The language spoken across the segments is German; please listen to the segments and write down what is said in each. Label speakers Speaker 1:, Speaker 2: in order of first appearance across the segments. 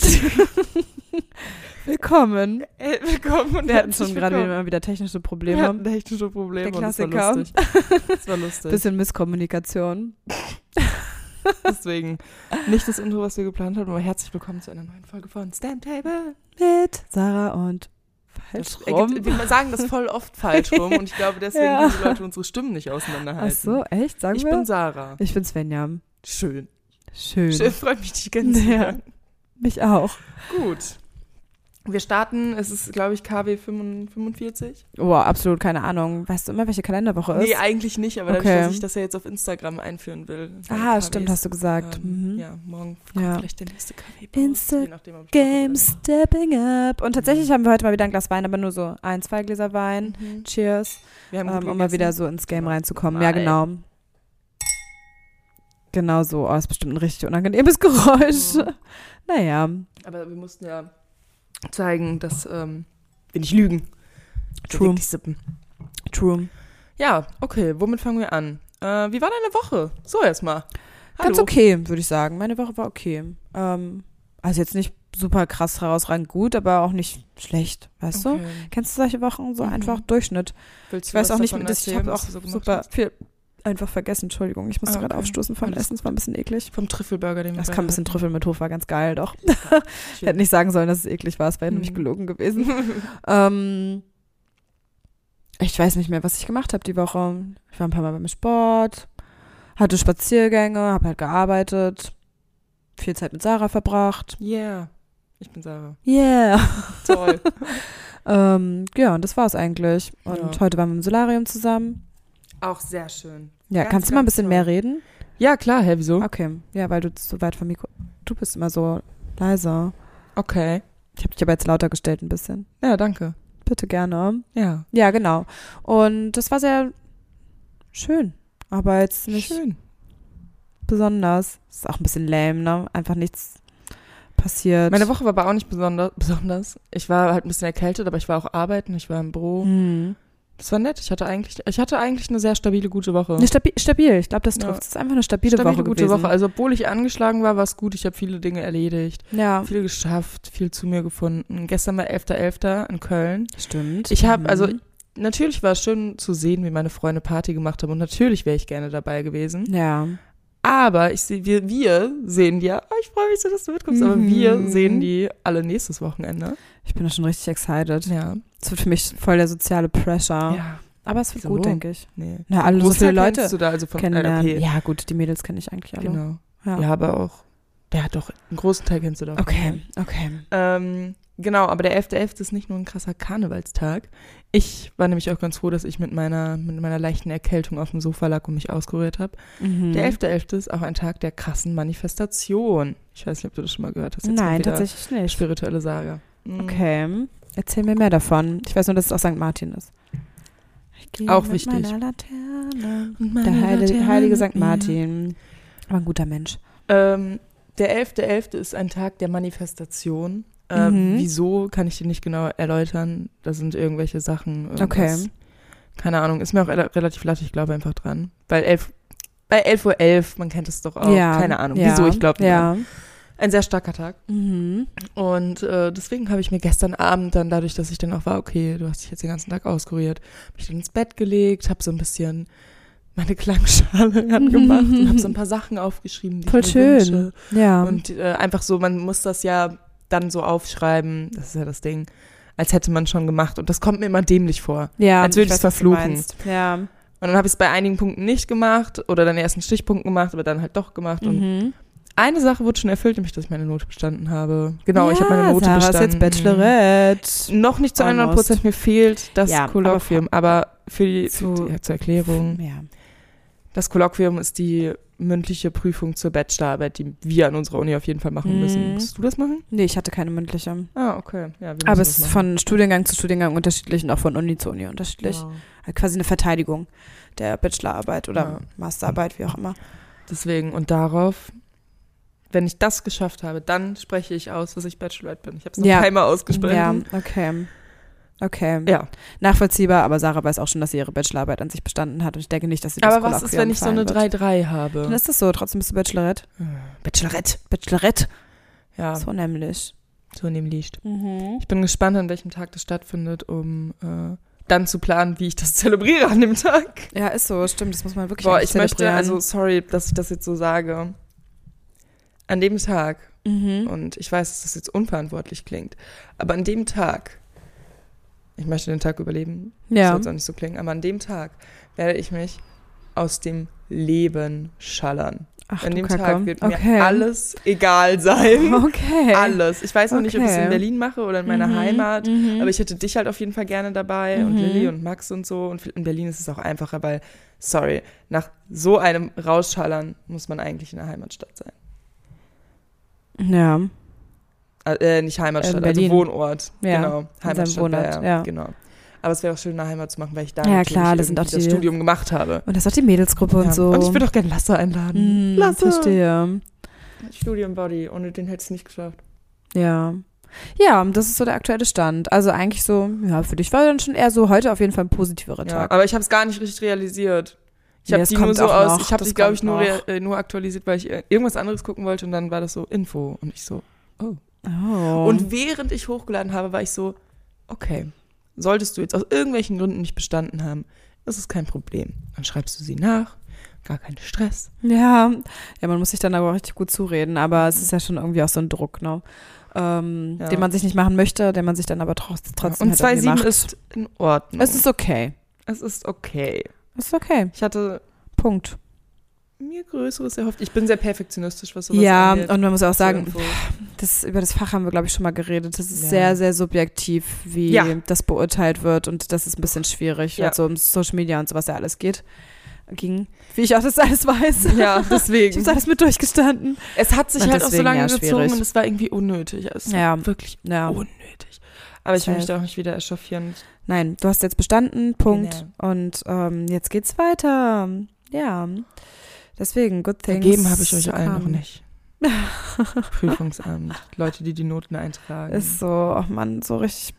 Speaker 1: Willkommen.
Speaker 2: Hey, Äh, willkommen und
Speaker 1: Wir hatten
Speaker 2: herzlich
Speaker 1: schon gerade
Speaker 2: willkommen.
Speaker 1: immer wieder technische
Speaker 2: Wir
Speaker 1: Probleme.
Speaker 2: hatten technische Probleme.
Speaker 1: Der
Speaker 2: und das war
Speaker 1: Klassiker.
Speaker 2: lustig. Das war lustig.
Speaker 1: Bisschen Misskommunikation.
Speaker 2: Deswegen nicht das Intro, was wir geplant haben, aber herzlich willkommen zu einer neuen Folge von Stamp Table.
Speaker 1: Mit Sarah und
Speaker 2: Das
Speaker 1: falsch
Speaker 2: ergibt-
Speaker 1: Halt rum.
Speaker 2: Wir sagen das voll oft falsch rum und ich glaube, deswegen
Speaker 1: Ja.
Speaker 2: können die Leute unsere Stimmen nicht auseinanderhalten.
Speaker 1: Ach so, echt? Sagen
Speaker 2: Ich
Speaker 1: wir?
Speaker 2: bin Sarah.
Speaker 1: ich bin Svenjam.
Speaker 2: Schön.
Speaker 1: Schön.
Speaker 2: Schön. Freut mich, dich kennenzulernen.
Speaker 1: Mich auch.
Speaker 2: Gut. Wir starten, es ist, glaube ich, KW 45.
Speaker 1: Oh, absolut keine Ahnung. Weißt du immer, welche Kalenderwoche ist?
Speaker 2: Nee, eigentlich nicht, aber dadurch,
Speaker 1: Okay.
Speaker 2: dass ich das ja jetzt auf Instagram einführen will.
Speaker 1: ah, stimmt, hast du gesagt.
Speaker 2: Ähm,
Speaker 1: mhm.
Speaker 2: Ja, morgen kommt
Speaker 1: Ja.
Speaker 2: vielleicht der nächste KW.
Speaker 1: Insta- Game stepping up. Und tatsächlich haben wir heute mal wieder ein Glas Wein, aber nur so ein, zwei Gläser Wein.
Speaker 2: Mhm.
Speaker 1: Cheers.
Speaker 2: Wir haben
Speaker 1: Ähm,
Speaker 2: gut
Speaker 1: um mal
Speaker 2: gegessen.
Speaker 1: wieder so ins Game
Speaker 2: Mal.
Speaker 1: reinzukommen.
Speaker 2: Mal.
Speaker 1: Ja, genau. Genau so. Oh, ist bestimmt ein richtig unangenehmes Geräusch.
Speaker 2: Mhm.
Speaker 1: Naja.
Speaker 2: Aber wir mussten ja zeigen, dass ähm, wir nicht lügen.
Speaker 1: True.
Speaker 2: True. Sippen.
Speaker 1: True.
Speaker 2: Ja, okay, womit fangen wir an? Äh, wie war deine Woche? So erstmal.
Speaker 1: Ganz okay, würde ich sagen. Meine Woche war okay. Ähm, also jetzt nicht super krass herausragend gut, aber auch nicht schlecht, weißt du? Kennst du solche Wochen? So
Speaker 2: Mhm.
Speaker 1: einfach Durchschnitt.
Speaker 2: Willst
Speaker 1: Ich
Speaker 2: du
Speaker 1: weiß
Speaker 2: was
Speaker 1: auch nicht,
Speaker 2: davon
Speaker 1: dass ich
Speaker 2: erzählen,
Speaker 1: habe auch
Speaker 2: was du so gemacht
Speaker 1: super
Speaker 2: hast?
Speaker 1: viel einfach vergessen. Entschuldigung, ich musste
Speaker 2: Ah,
Speaker 1: gerade
Speaker 2: okay.
Speaker 1: aufstoßen vom
Speaker 2: Alles
Speaker 1: Essen. Es war ein bisschen eklig.
Speaker 2: Vom Trüffelburger, den wir
Speaker 1: Das
Speaker 2: beide
Speaker 1: kam ein bisschen Trüffel mit Hof, war ganz geil, doch.
Speaker 2: hatten.
Speaker 1: Ich hätte nicht sagen sollen, dass es eklig war, es wäre nämlich
Speaker 2: Mhm.
Speaker 1: gelogen gewesen. ähm, ich weiß nicht mehr, was ich gemacht habe die Woche. Ich war ein paar Mal beim Sport, hatte Spaziergänge, habe halt gearbeitet, viel Zeit mit Sarah verbracht.
Speaker 2: Yeah. Ich bin Sarah.
Speaker 1: Yeah.
Speaker 2: Toll.
Speaker 1: ähm, ja, und das war's eigentlich. Und
Speaker 2: Ja.
Speaker 1: heute waren wir im Solarium zusammen.
Speaker 2: auch sehr schön. Ah,
Speaker 1: Ja,
Speaker 2: Ganz,
Speaker 1: kannst du mal ein
Speaker 2: ganz
Speaker 1: bisschen
Speaker 2: toll.
Speaker 1: mehr reden?
Speaker 2: Ja, klar, hä, wieso?
Speaker 1: Okay, ja, weil du so weit vom Mikro... Du bist immer so leiser.
Speaker 2: Okay.
Speaker 1: Ich habe dich aber jetzt lauter gestellt ein bisschen.
Speaker 2: Ja, danke.
Speaker 1: Bitte gerne.
Speaker 2: Ja.
Speaker 1: Ja, genau. Und das war sehr schön, aber jetzt nicht
Speaker 2: Schön.
Speaker 1: besonders. Ist auch ein bisschen lame, ne? Einfach nichts passiert.
Speaker 2: Meine Woche war aber auch nicht besonders, besonders. Ich war halt ein bisschen erkältet, aber ich war auch arbeiten, ich war im Büro.
Speaker 1: Mhm.
Speaker 2: Das war nett. Ich hatte eigentlich, ich hatte eigentlich eine sehr stabile, gute Woche.
Speaker 1: Eine stabi stabil, ich glaube, das
Speaker 2: Ja.
Speaker 1: trifft. Es ist einfach eine stabile, Woche
Speaker 2: gute
Speaker 1: gewesen.
Speaker 2: Woche. Also obwohl ich angeschlagen war, war es gut. Ich habe viele Dinge erledigt,
Speaker 1: Ja,
Speaker 2: viel geschafft, viel zu mir gefunden. Gestern war 11.11. in Köln.
Speaker 1: stimmt.
Speaker 2: Ich hab- also-
Speaker 1: Mhm.
Speaker 2: Natürlich war es schön zu sehen, wie meine Freunde Party gemacht haben und natürlich wäre ich gerne dabei gewesen.
Speaker 1: Ja.
Speaker 2: Aber ich seh, wir, wir sehen die ja, oh, ich freue mich so, dass du mitkommst, aber
Speaker 1: Mhm.
Speaker 2: wir sehen die alle nächstes Wochenende.
Speaker 1: Ich bin da schon richtig excited.
Speaker 2: Ja.
Speaker 1: Es wird für mich voll der soziale Pressure.
Speaker 2: Ja.
Speaker 1: Aber es wird
Speaker 2: So.
Speaker 1: gut, denke ich.
Speaker 2: Nee.
Speaker 1: Na, alle so
Speaker 2: Großteil
Speaker 1: viele Leute
Speaker 2: kennst du da, also von
Speaker 1: kennenlernen.
Speaker 2: LRP.
Speaker 1: Ja, gut, die Mädels kenne ich eigentlich alle.
Speaker 2: Genau.
Speaker 1: Ja.
Speaker 2: Ja. aber auch, der hat doch, einen großen Teil kennst du da.
Speaker 1: Okay, okay.
Speaker 2: Ähm, genau, aber der 11.11. ist nicht nur ein krasser Karnevalstag. Ich war nämlich auch ganz froh, dass ich mit meiner, mit meiner leichten Erkältung auf dem Sofa lag und mich auskuriert habe.
Speaker 1: Mhm.
Speaker 2: Der 11.11. ist auch ein Tag der krassen Manifestation. Ich weiß nicht, ob du das schon mal gehört hast. Jetzt
Speaker 1: Nein,
Speaker 2: kommt wieder
Speaker 1: tatsächlich
Speaker 2: eine
Speaker 1: nicht.
Speaker 2: Spirituelle Saga. Mhm.
Speaker 1: Okay. Erzähl mir mehr davon. Ich weiß nur, dass es auch St. Martin ist. Ich gehe
Speaker 2: Auch
Speaker 1: mit
Speaker 2: wichtig.
Speaker 1: meiner Laterne.
Speaker 2: Und meine
Speaker 1: Der heilige,
Speaker 2: Laterne-
Speaker 1: heilige St. Martin. War ein guter Mensch.
Speaker 2: Ja. Ähm, der 11.11. ist ein Tag der Manifestation. Ähm,
Speaker 1: Mhm.
Speaker 2: Wieso, kann ich dir nicht genau erläutern. Da sind irgendwelche Sachen. irgendwas
Speaker 1: Okay.
Speaker 2: keine Ahnung, ist mir auch rela- relativ latt, ich glaube einfach dran. Weil elf, bei 11.11 Uhr, man kennt es doch auch,
Speaker 1: ja.
Speaker 2: Oh, keine Ahnung,
Speaker 1: ja.
Speaker 2: wieso, ich glaube
Speaker 1: Ja.
Speaker 2: Ein sehr starker Tag.
Speaker 1: Mhm.
Speaker 2: Und äh, deswegen habe ich mir gestern Abend dann, dadurch, dass ich dann auch war, okay, du hast dich jetzt den ganzen Tag auskuriert, habe ich dann ins Bett gelegt, habe so ein bisschen meine Klangschale angemacht und habe so ein paar Sachen aufgeschrieben, die
Speaker 1: Voll
Speaker 2: ich mir
Speaker 1: schön.
Speaker 2: wünsche.
Speaker 1: Ja.
Speaker 2: Und äh, einfach so, man muss das ja dann so aufschreiben, das ist ja das Ding, als hätte man schon gemacht. Und das kommt mir immer dämlich vor.
Speaker 1: ja.
Speaker 2: als würde ich's
Speaker 1: weiß, was du
Speaker 2: verfluchen.
Speaker 1: meinst. Ja.
Speaker 2: Und dann habe ich es bei einigen Punkten nicht gemacht oder dann erst einen Stichpunkt gemacht, aber dann halt doch gemacht. Und
Speaker 1: Mhm.
Speaker 2: eine Sache wurde schon erfüllt, nämlich dass ich meine Note bestanden habe. Genau, ich habe
Speaker 1: Ja,
Speaker 2: meine Note
Speaker 1: Sarah
Speaker 2: bestanden.
Speaker 1: ist jetzt Bachelorette.
Speaker 2: Noch nicht zu 100
Speaker 1: Almost.
Speaker 2: Prozent, mir fehlt das
Speaker 1: Ja,
Speaker 2: Kolloquium, aber, für die,
Speaker 1: Zu-
Speaker 2: für die ja, zur Erklärung.
Speaker 1: Ja.
Speaker 2: Das Kolloquium ist die mündliche Prüfung zur Bachelorarbeit, die wir an unserer Uni auf jeden Fall machen
Speaker 1: Mhm.
Speaker 2: müssen. Musst du das machen?
Speaker 1: Nee, ich hatte keine mündliche.
Speaker 2: Ah, okay. Ja, wir
Speaker 1: Aber es
Speaker 2: müssen
Speaker 1: ist
Speaker 2: das
Speaker 1: von Studiengang zu Studiengang unterschiedlich und auch von Uni zu Uni unterschiedlich.
Speaker 2: machen.
Speaker 1: Halt quasi eine Verteidigung der Bachelorarbeit oder
Speaker 2: Ja.
Speaker 1: Masterarbeit, wie auch immer.
Speaker 2: Deswegen und darauf, wenn ich das geschafft habe, dann spreche ich aus, dass ich Bachelorette bin. Ich habe es noch
Speaker 1: Ja.
Speaker 2: einmal ausgesprochen.
Speaker 1: Ja, okay. Okay.
Speaker 2: Ja.
Speaker 1: Nachvollziehbar, aber Sarah weiß auch schon, dass sie ihre Bachelorarbeit an sich bestanden hat und ich denke nicht, dass sie das
Speaker 2: Aber was ist,
Speaker 1: Kolloquium
Speaker 2: wenn ich so eine
Speaker 1: fallen wird.
Speaker 2: 3-3
Speaker 1: Dann
Speaker 2: habe?
Speaker 1: ist das so, trotzdem bist du Bachelorette.
Speaker 2: Bachelorette.
Speaker 1: Bachelorette.
Speaker 2: Ja,
Speaker 1: So nämlich.
Speaker 2: so in dem Licht.
Speaker 1: Mhm.
Speaker 2: Ich bin gespannt, an welchem Tag das stattfindet, um äh, dann zu planen, wie ich das zelebriere an dem Tag.
Speaker 1: Ja, ist so, stimmt. Das muss man wirklich
Speaker 2: Boah,
Speaker 1: eigentlich
Speaker 2: ich möchte,
Speaker 1: zelebrieren.
Speaker 2: also sorry, dass ich das jetzt so sage. An dem Tag,
Speaker 1: Mhm.
Speaker 2: und ich weiß, dass das jetzt unverantwortlich klingt, aber an dem Tag, ich möchte den Tag überleben, das
Speaker 1: Ja.
Speaker 2: soll jetzt auch nicht so klingen, aber an dem Tag werde ich mich aus dem Leben schallern.
Speaker 1: Ach,
Speaker 2: an
Speaker 1: du
Speaker 2: dem
Speaker 1: Kacke.
Speaker 2: Tag wird
Speaker 1: okay.
Speaker 2: mir alles egal sein.
Speaker 1: Okay.
Speaker 2: Alles. Ich weiß noch nicht, ob ich es
Speaker 1: Okay.
Speaker 2: in Berlin mache oder in meiner
Speaker 1: Mhm,
Speaker 2: Heimat,
Speaker 1: mhm.
Speaker 2: aber ich hätte dich halt auf jeden Fall gerne dabei und
Speaker 1: Mhm.
Speaker 2: Lilly und Max und so. Und in Berlin ist es auch einfacher, weil, sorry, nach so einem Rausschallern muss man eigentlich in der Heimatstadt sein.
Speaker 1: Ja.
Speaker 2: Äh, äh, nicht Heimatstadt,
Speaker 1: In
Speaker 2: also
Speaker 1: Berlin.
Speaker 2: Wohnort.
Speaker 1: Ja,
Speaker 2: Genau.
Speaker 1: seinem
Speaker 2: Heimatstadt.
Speaker 1: Wohnort,
Speaker 2: ja,
Speaker 1: ja.
Speaker 2: Genau. Aber es wäre auch schön, eine Heimat zu machen, weil ich da
Speaker 1: Ja,
Speaker 2: natürlich
Speaker 1: klar, das sind
Speaker 2: irgendwie
Speaker 1: auch
Speaker 2: das
Speaker 1: die-
Speaker 2: Studium gemacht habe.
Speaker 1: Und das ist auch die Mädelsgruppe
Speaker 2: Ja.
Speaker 1: und so.
Speaker 2: Und ich würde auch gerne Lasse einladen.
Speaker 1: Mhm, Verstehe.
Speaker 2: Studienbody, ohne den hätte ich es nicht geschafft.
Speaker 1: Ja. Ja, das ist so der aktuelle Stand. Also eigentlich so, ja, für dich war dann schon eher so heute auf jeden Fall ein positiverer
Speaker 2: Ja,
Speaker 1: Tag.
Speaker 2: aber ich habe es gar nicht richtig realisiert. Ich
Speaker 1: Nee,
Speaker 2: habe
Speaker 1: das
Speaker 2: die nur
Speaker 1: kommt
Speaker 2: so
Speaker 1: auch
Speaker 2: aus,
Speaker 1: noch,
Speaker 2: ich habe
Speaker 1: das
Speaker 2: die, glaube ich,
Speaker 1: kommt
Speaker 2: nur,
Speaker 1: noch.
Speaker 2: rea- äh, nur aktualisiert, weil ich ir- irgendwas anderes gucken wollte und dann war das so Info und ich so.
Speaker 1: Oh.
Speaker 2: Und während ich hochgeladen habe, war ich so, okay, solltest du jetzt aus irgendwelchen Gründen nicht bestanden haben, ist es kein Problem. Dann schreibst du sie nach, gar kein Stress.
Speaker 1: ja. ja, man muss sich dann aber auch richtig gut zureden, aber es ist ja schon irgendwie auch so ein Druck, ne? Ähm,
Speaker 2: Ja.
Speaker 1: Den man sich nicht machen möchte, den man sich dann aber tro trotzdem
Speaker 2: und
Speaker 1: halt
Speaker 2: 2,7
Speaker 1: irgendwie macht.
Speaker 2: ist in Ordnung.
Speaker 1: Es ist okay.
Speaker 2: es ist okay.
Speaker 1: Es ist okay.
Speaker 2: Ich hatte
Speaker 1: Punkt.
Speaker 2: mir Größeres erhofft. Ich bin sehr perfektionistisch, was sowas
Speaker 1: Ja,
Speaker 2: angeht.
Speaker 1: und man muss auch sagen,
Speaker 2: Zur Info.
Speaker 1: das, über das Fach haben wir, glaube ich, schon mal geredet. Das ist
Speaker 2: Ja.
Speaker 1: sehr, sehr subjektiv, wie
Speaker 2: Ja.
Speaker 1: das beurteilt wird. Und das ist ein bisschen schwierig,
Speaker 2: Ja.
Speaker 1: weil es so um Social Media und sowas ja alles geht. Ging. Wie ich auch das alles weiß.
Speaker 2: ja,
Speaker 1: Ich
Speaker 2: deswegen.
Speaker 1: habe alles mit durchgestanden.
Speaker 2: Es hat sich
Speaker 1: Und
Speaker 2: halt auch so
Speaker 1: deswegen
Speaker 2: lange
Speaker 1: ja
Speaker 2: gezogen
Speaker 1: schwierig.
Speaker 2: und es Oh. war irgendwie unnötig. Es
Speaker 1: Ja.
Speaker 2: war wirklich
Speaker 1: Ja.
Speaker 2: unnötig. Aber ich will mich
Speaker 1: Safe.
Speaker 2: da auch nicht wieder echauffieren.
Speaker 1: Nein, du hast jetzt bestanden, Punkt.
Speaker 2: Genau.
Speaker 1: Und ähm, jetzt geht's weiter. Ja. Deswegen, good things.
Speaker 2: Vergeben habe ich euch
Speaker 1: to
Speaker 2: allen noch
Speaker 1: come.
Speaker 2: nicht. Prüfungsamt. Leute, die die Noten eintragen.
Speaker 1: Ist so, ach man, so richtig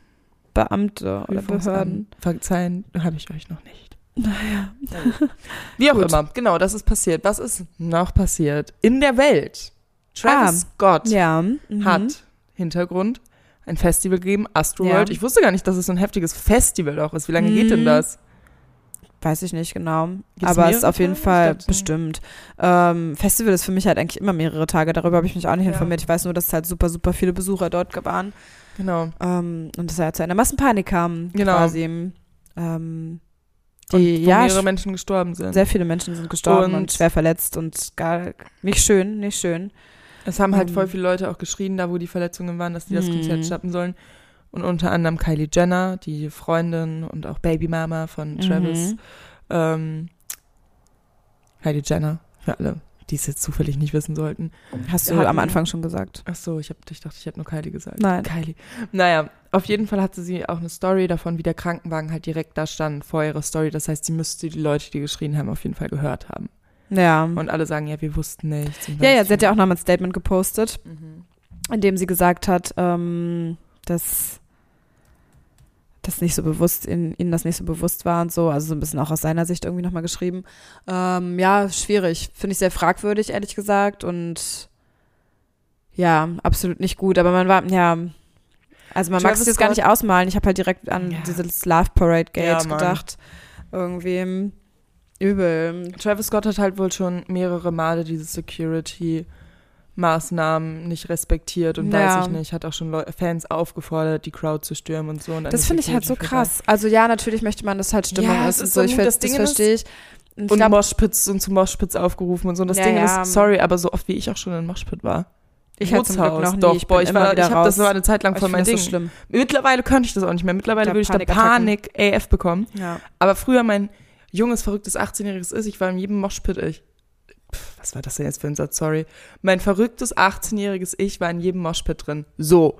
Speaker 1: Beamte oder
Speaker 2: Prüfungsamt.
Speaker 1: Behörden.
Speaker 2: Verzeihen habe ich euch noch nicht.
Speaker 1: Naja.
Speaker 2: Wie auch
Speaker 1: Gut.
Speaker 2: immer. Genau, das ist passiert. Was ist noch passiert? In der Welt.
Speaker 1: Ah.
Speaker 2: Travis Scott
Speaker 1: Ja. Mhm.
Speaker 2: hat Hintergrund ein Festival gegeben, Astroworld.
Speaker 1: Ja.
Speaker 2: Ich wusste gar nicht, dass es so ein heftiges Festival auch ist. Wie lange geht denn
Speaker 1: Mhm.
Speaker 2: das?
Speaker 1: Weiß ich nicht genau.
Speaker 2: Gibt's
Speaker 1: aber es ist
Speaker 2: mehrere
Speaker 1: auf jeden
Speaker 2: Tage? Ich
Speaker 1: Fall
Speaker 2: glaub so.
Speaker 1: bestimmt. Ähm, Festival ist für mich halt eigentlich immer mehrere Tage. Darüber habe ich mich auch nicht
Speaker 2: Ja.
Speaker 1: informiert. Ich weiß nur, dass halt super, super viele Besucher dort waren.
Speaker 2: Genau.
Speaker 1: Ähm, und es halt zu einer Massenpanik kam.
Speaker 2: Genau.
Speaker 1: Quasi. Ähm,
Speaker 2: Und
Speaker 1: die,
Speaker 2: wo
Speaker 1: ja,
Speaker 2: mehrere Menschen gestorben sind.
Speaker 1: sehr viele Menschen sind gestorben und,
Speaker 2: Und-
Speaker 1: schwer verletzt und gar nicht schön, nicht schön.
Speaker 2: Es haben halt
Speaker 1: Ähm.
Speaker 2: voll viele Leute auch geschrien, da wo die Verletzungen waren, dass die das
Speaker 1: Mhm.
Speaker 2: Konzert stoppen sollen. Und unter anderem Kylie Jenner, die Freundin und auch Babymama von Travis.
Speaker 1: Mhm.
Speaker 2: Ähm, Kylie Jenner, für alle, die es jetzt zufällig nicht wissen sollten.
Speaker 1: Hast du
Speaker 2: Wir hatten-
Speaker 1: am Anfang schon gesagt.
Speaker 2: Ach so, ich, hab, ich dachte, ich hätte nur Kylie gesagt.
Speaker 1: Nein.
Speaker 2: Kylie. Naja, auf jeden Fall hatte sie auch eine Story davon, wie der Krankenwagen halt direkt da stand vor ihrer Story. Das heißt, sie müsste die Leute, die geschrien haben, auf jeden Fall gehört haben.
Speaker 1: Ja.
Speaker 2: Und alle sagen, ja, wir wussten nichts.
Speaker 1: Mhm. Ja, ja, sie hat ja auch nochmal ein Statement gepostet.
Speaker 2: Mhm.
Speaker 1: in dem sie gesagt hat, ähm, dass das nicht so bewusst, in, ihnen das nicht so bewusst war und so, also so ein bisschen auch aus seiner Sicht irgendwie nochmal geschrieben. Ähm, ja, schwierig. Finde ich sehr fragwürdig, ehrlich gesagt. Und ja, absolut nicht gut. Aber man war, ja, also man mag
Speaker 2: Travis
Speaker 1: es jetzt gar
Speaker 2: Scott-
Speaker 1: nicht ausmalen. Ich habe halt direkt an
Speaker 2: Ja.
Speaker 1: dieses Love Parade Gate
Speaker 2: Ja, Mann.
Speaker 1: gedacht. Irgendwie übel.
Speaker 2: Travis Scott hat halt wohl schon mehrere Male diese Security-Maßnahmen nicht respektiert und
Speaker 1: Ja.
Speaker 2: weiß ich nicht, hat auch schon Leu Fans aufgefordert, die Crowd zu stürmen und so. Und an
Speaker 1: Das
Speaker 2: die
Speaker 1: finde ich halt so
Speaker 2: Security
Speaker 1: krass. Also ja, natürlich möchte man, dass halt Stimmung
Speaker 2: Ja, es
Speaker 1: ist und
Speaker 2: ist
Speaker 1: so.
Speaker 2: so
Speaker 1: Ich
Speaker 2: gut.
Speaker 1: ver-
Speaker 2: Das
Speaker 1: das
Speaker 2: Ding ist-
Speaker 1: verstehe ich. Und ich
Speaker 2: vorbei.
Speaker 1: glaub-
Speaker 2: Und Moshpits und zu Moshpits aufgerufen und so. Und das
Speaker 1: Ja,
Speaker 2: Ding
Speaker 1: ja.
Speaker 2: ist, sorry, aber so oft wie ich auch schon in Moshpit war.
Speaker 1: Ich hatte zum Glück
Speaker 2: Bootshaus,
Speaker 1: noch nie.
Speaker 2: Doch,
Speaker 1: Ich
Speaker 2: boah,
Speaker 1: bin
Speaker 2: ich,
Speaker 1: immer
Speaker 2: war, ich
Speaker 1: wieder
Speaker 2: habe das
Speaker 1: raus.
Speaker 2: war eine Zeit lang
Speaker 1: Ich
Speaker 2: voll
Speaker 1: finde
Speaker 2: mein
Speaker 1: das
Speaker 2: Ding.
Speaker 1: so schlimm.
Speaker 2: Mittlerweile könnte ich das auch nicht mehr. Mittlerweile
Speaker 1: Da
Speaker 2: würde ich da
Speaker 1: Panikattacken.
Speaker 2: Panik AF bekommen.
Speaker 1: Ja.
Speaker 2: Aber früher mein junges, verrücktes 18-jähriges Ich, ich war in jedem Moshpit ich. Pff, was war das denn jetzt für ein Satz? Sorry. Mein verrücktes 18-jähriges Ich war in jedem Moshpit drin. So.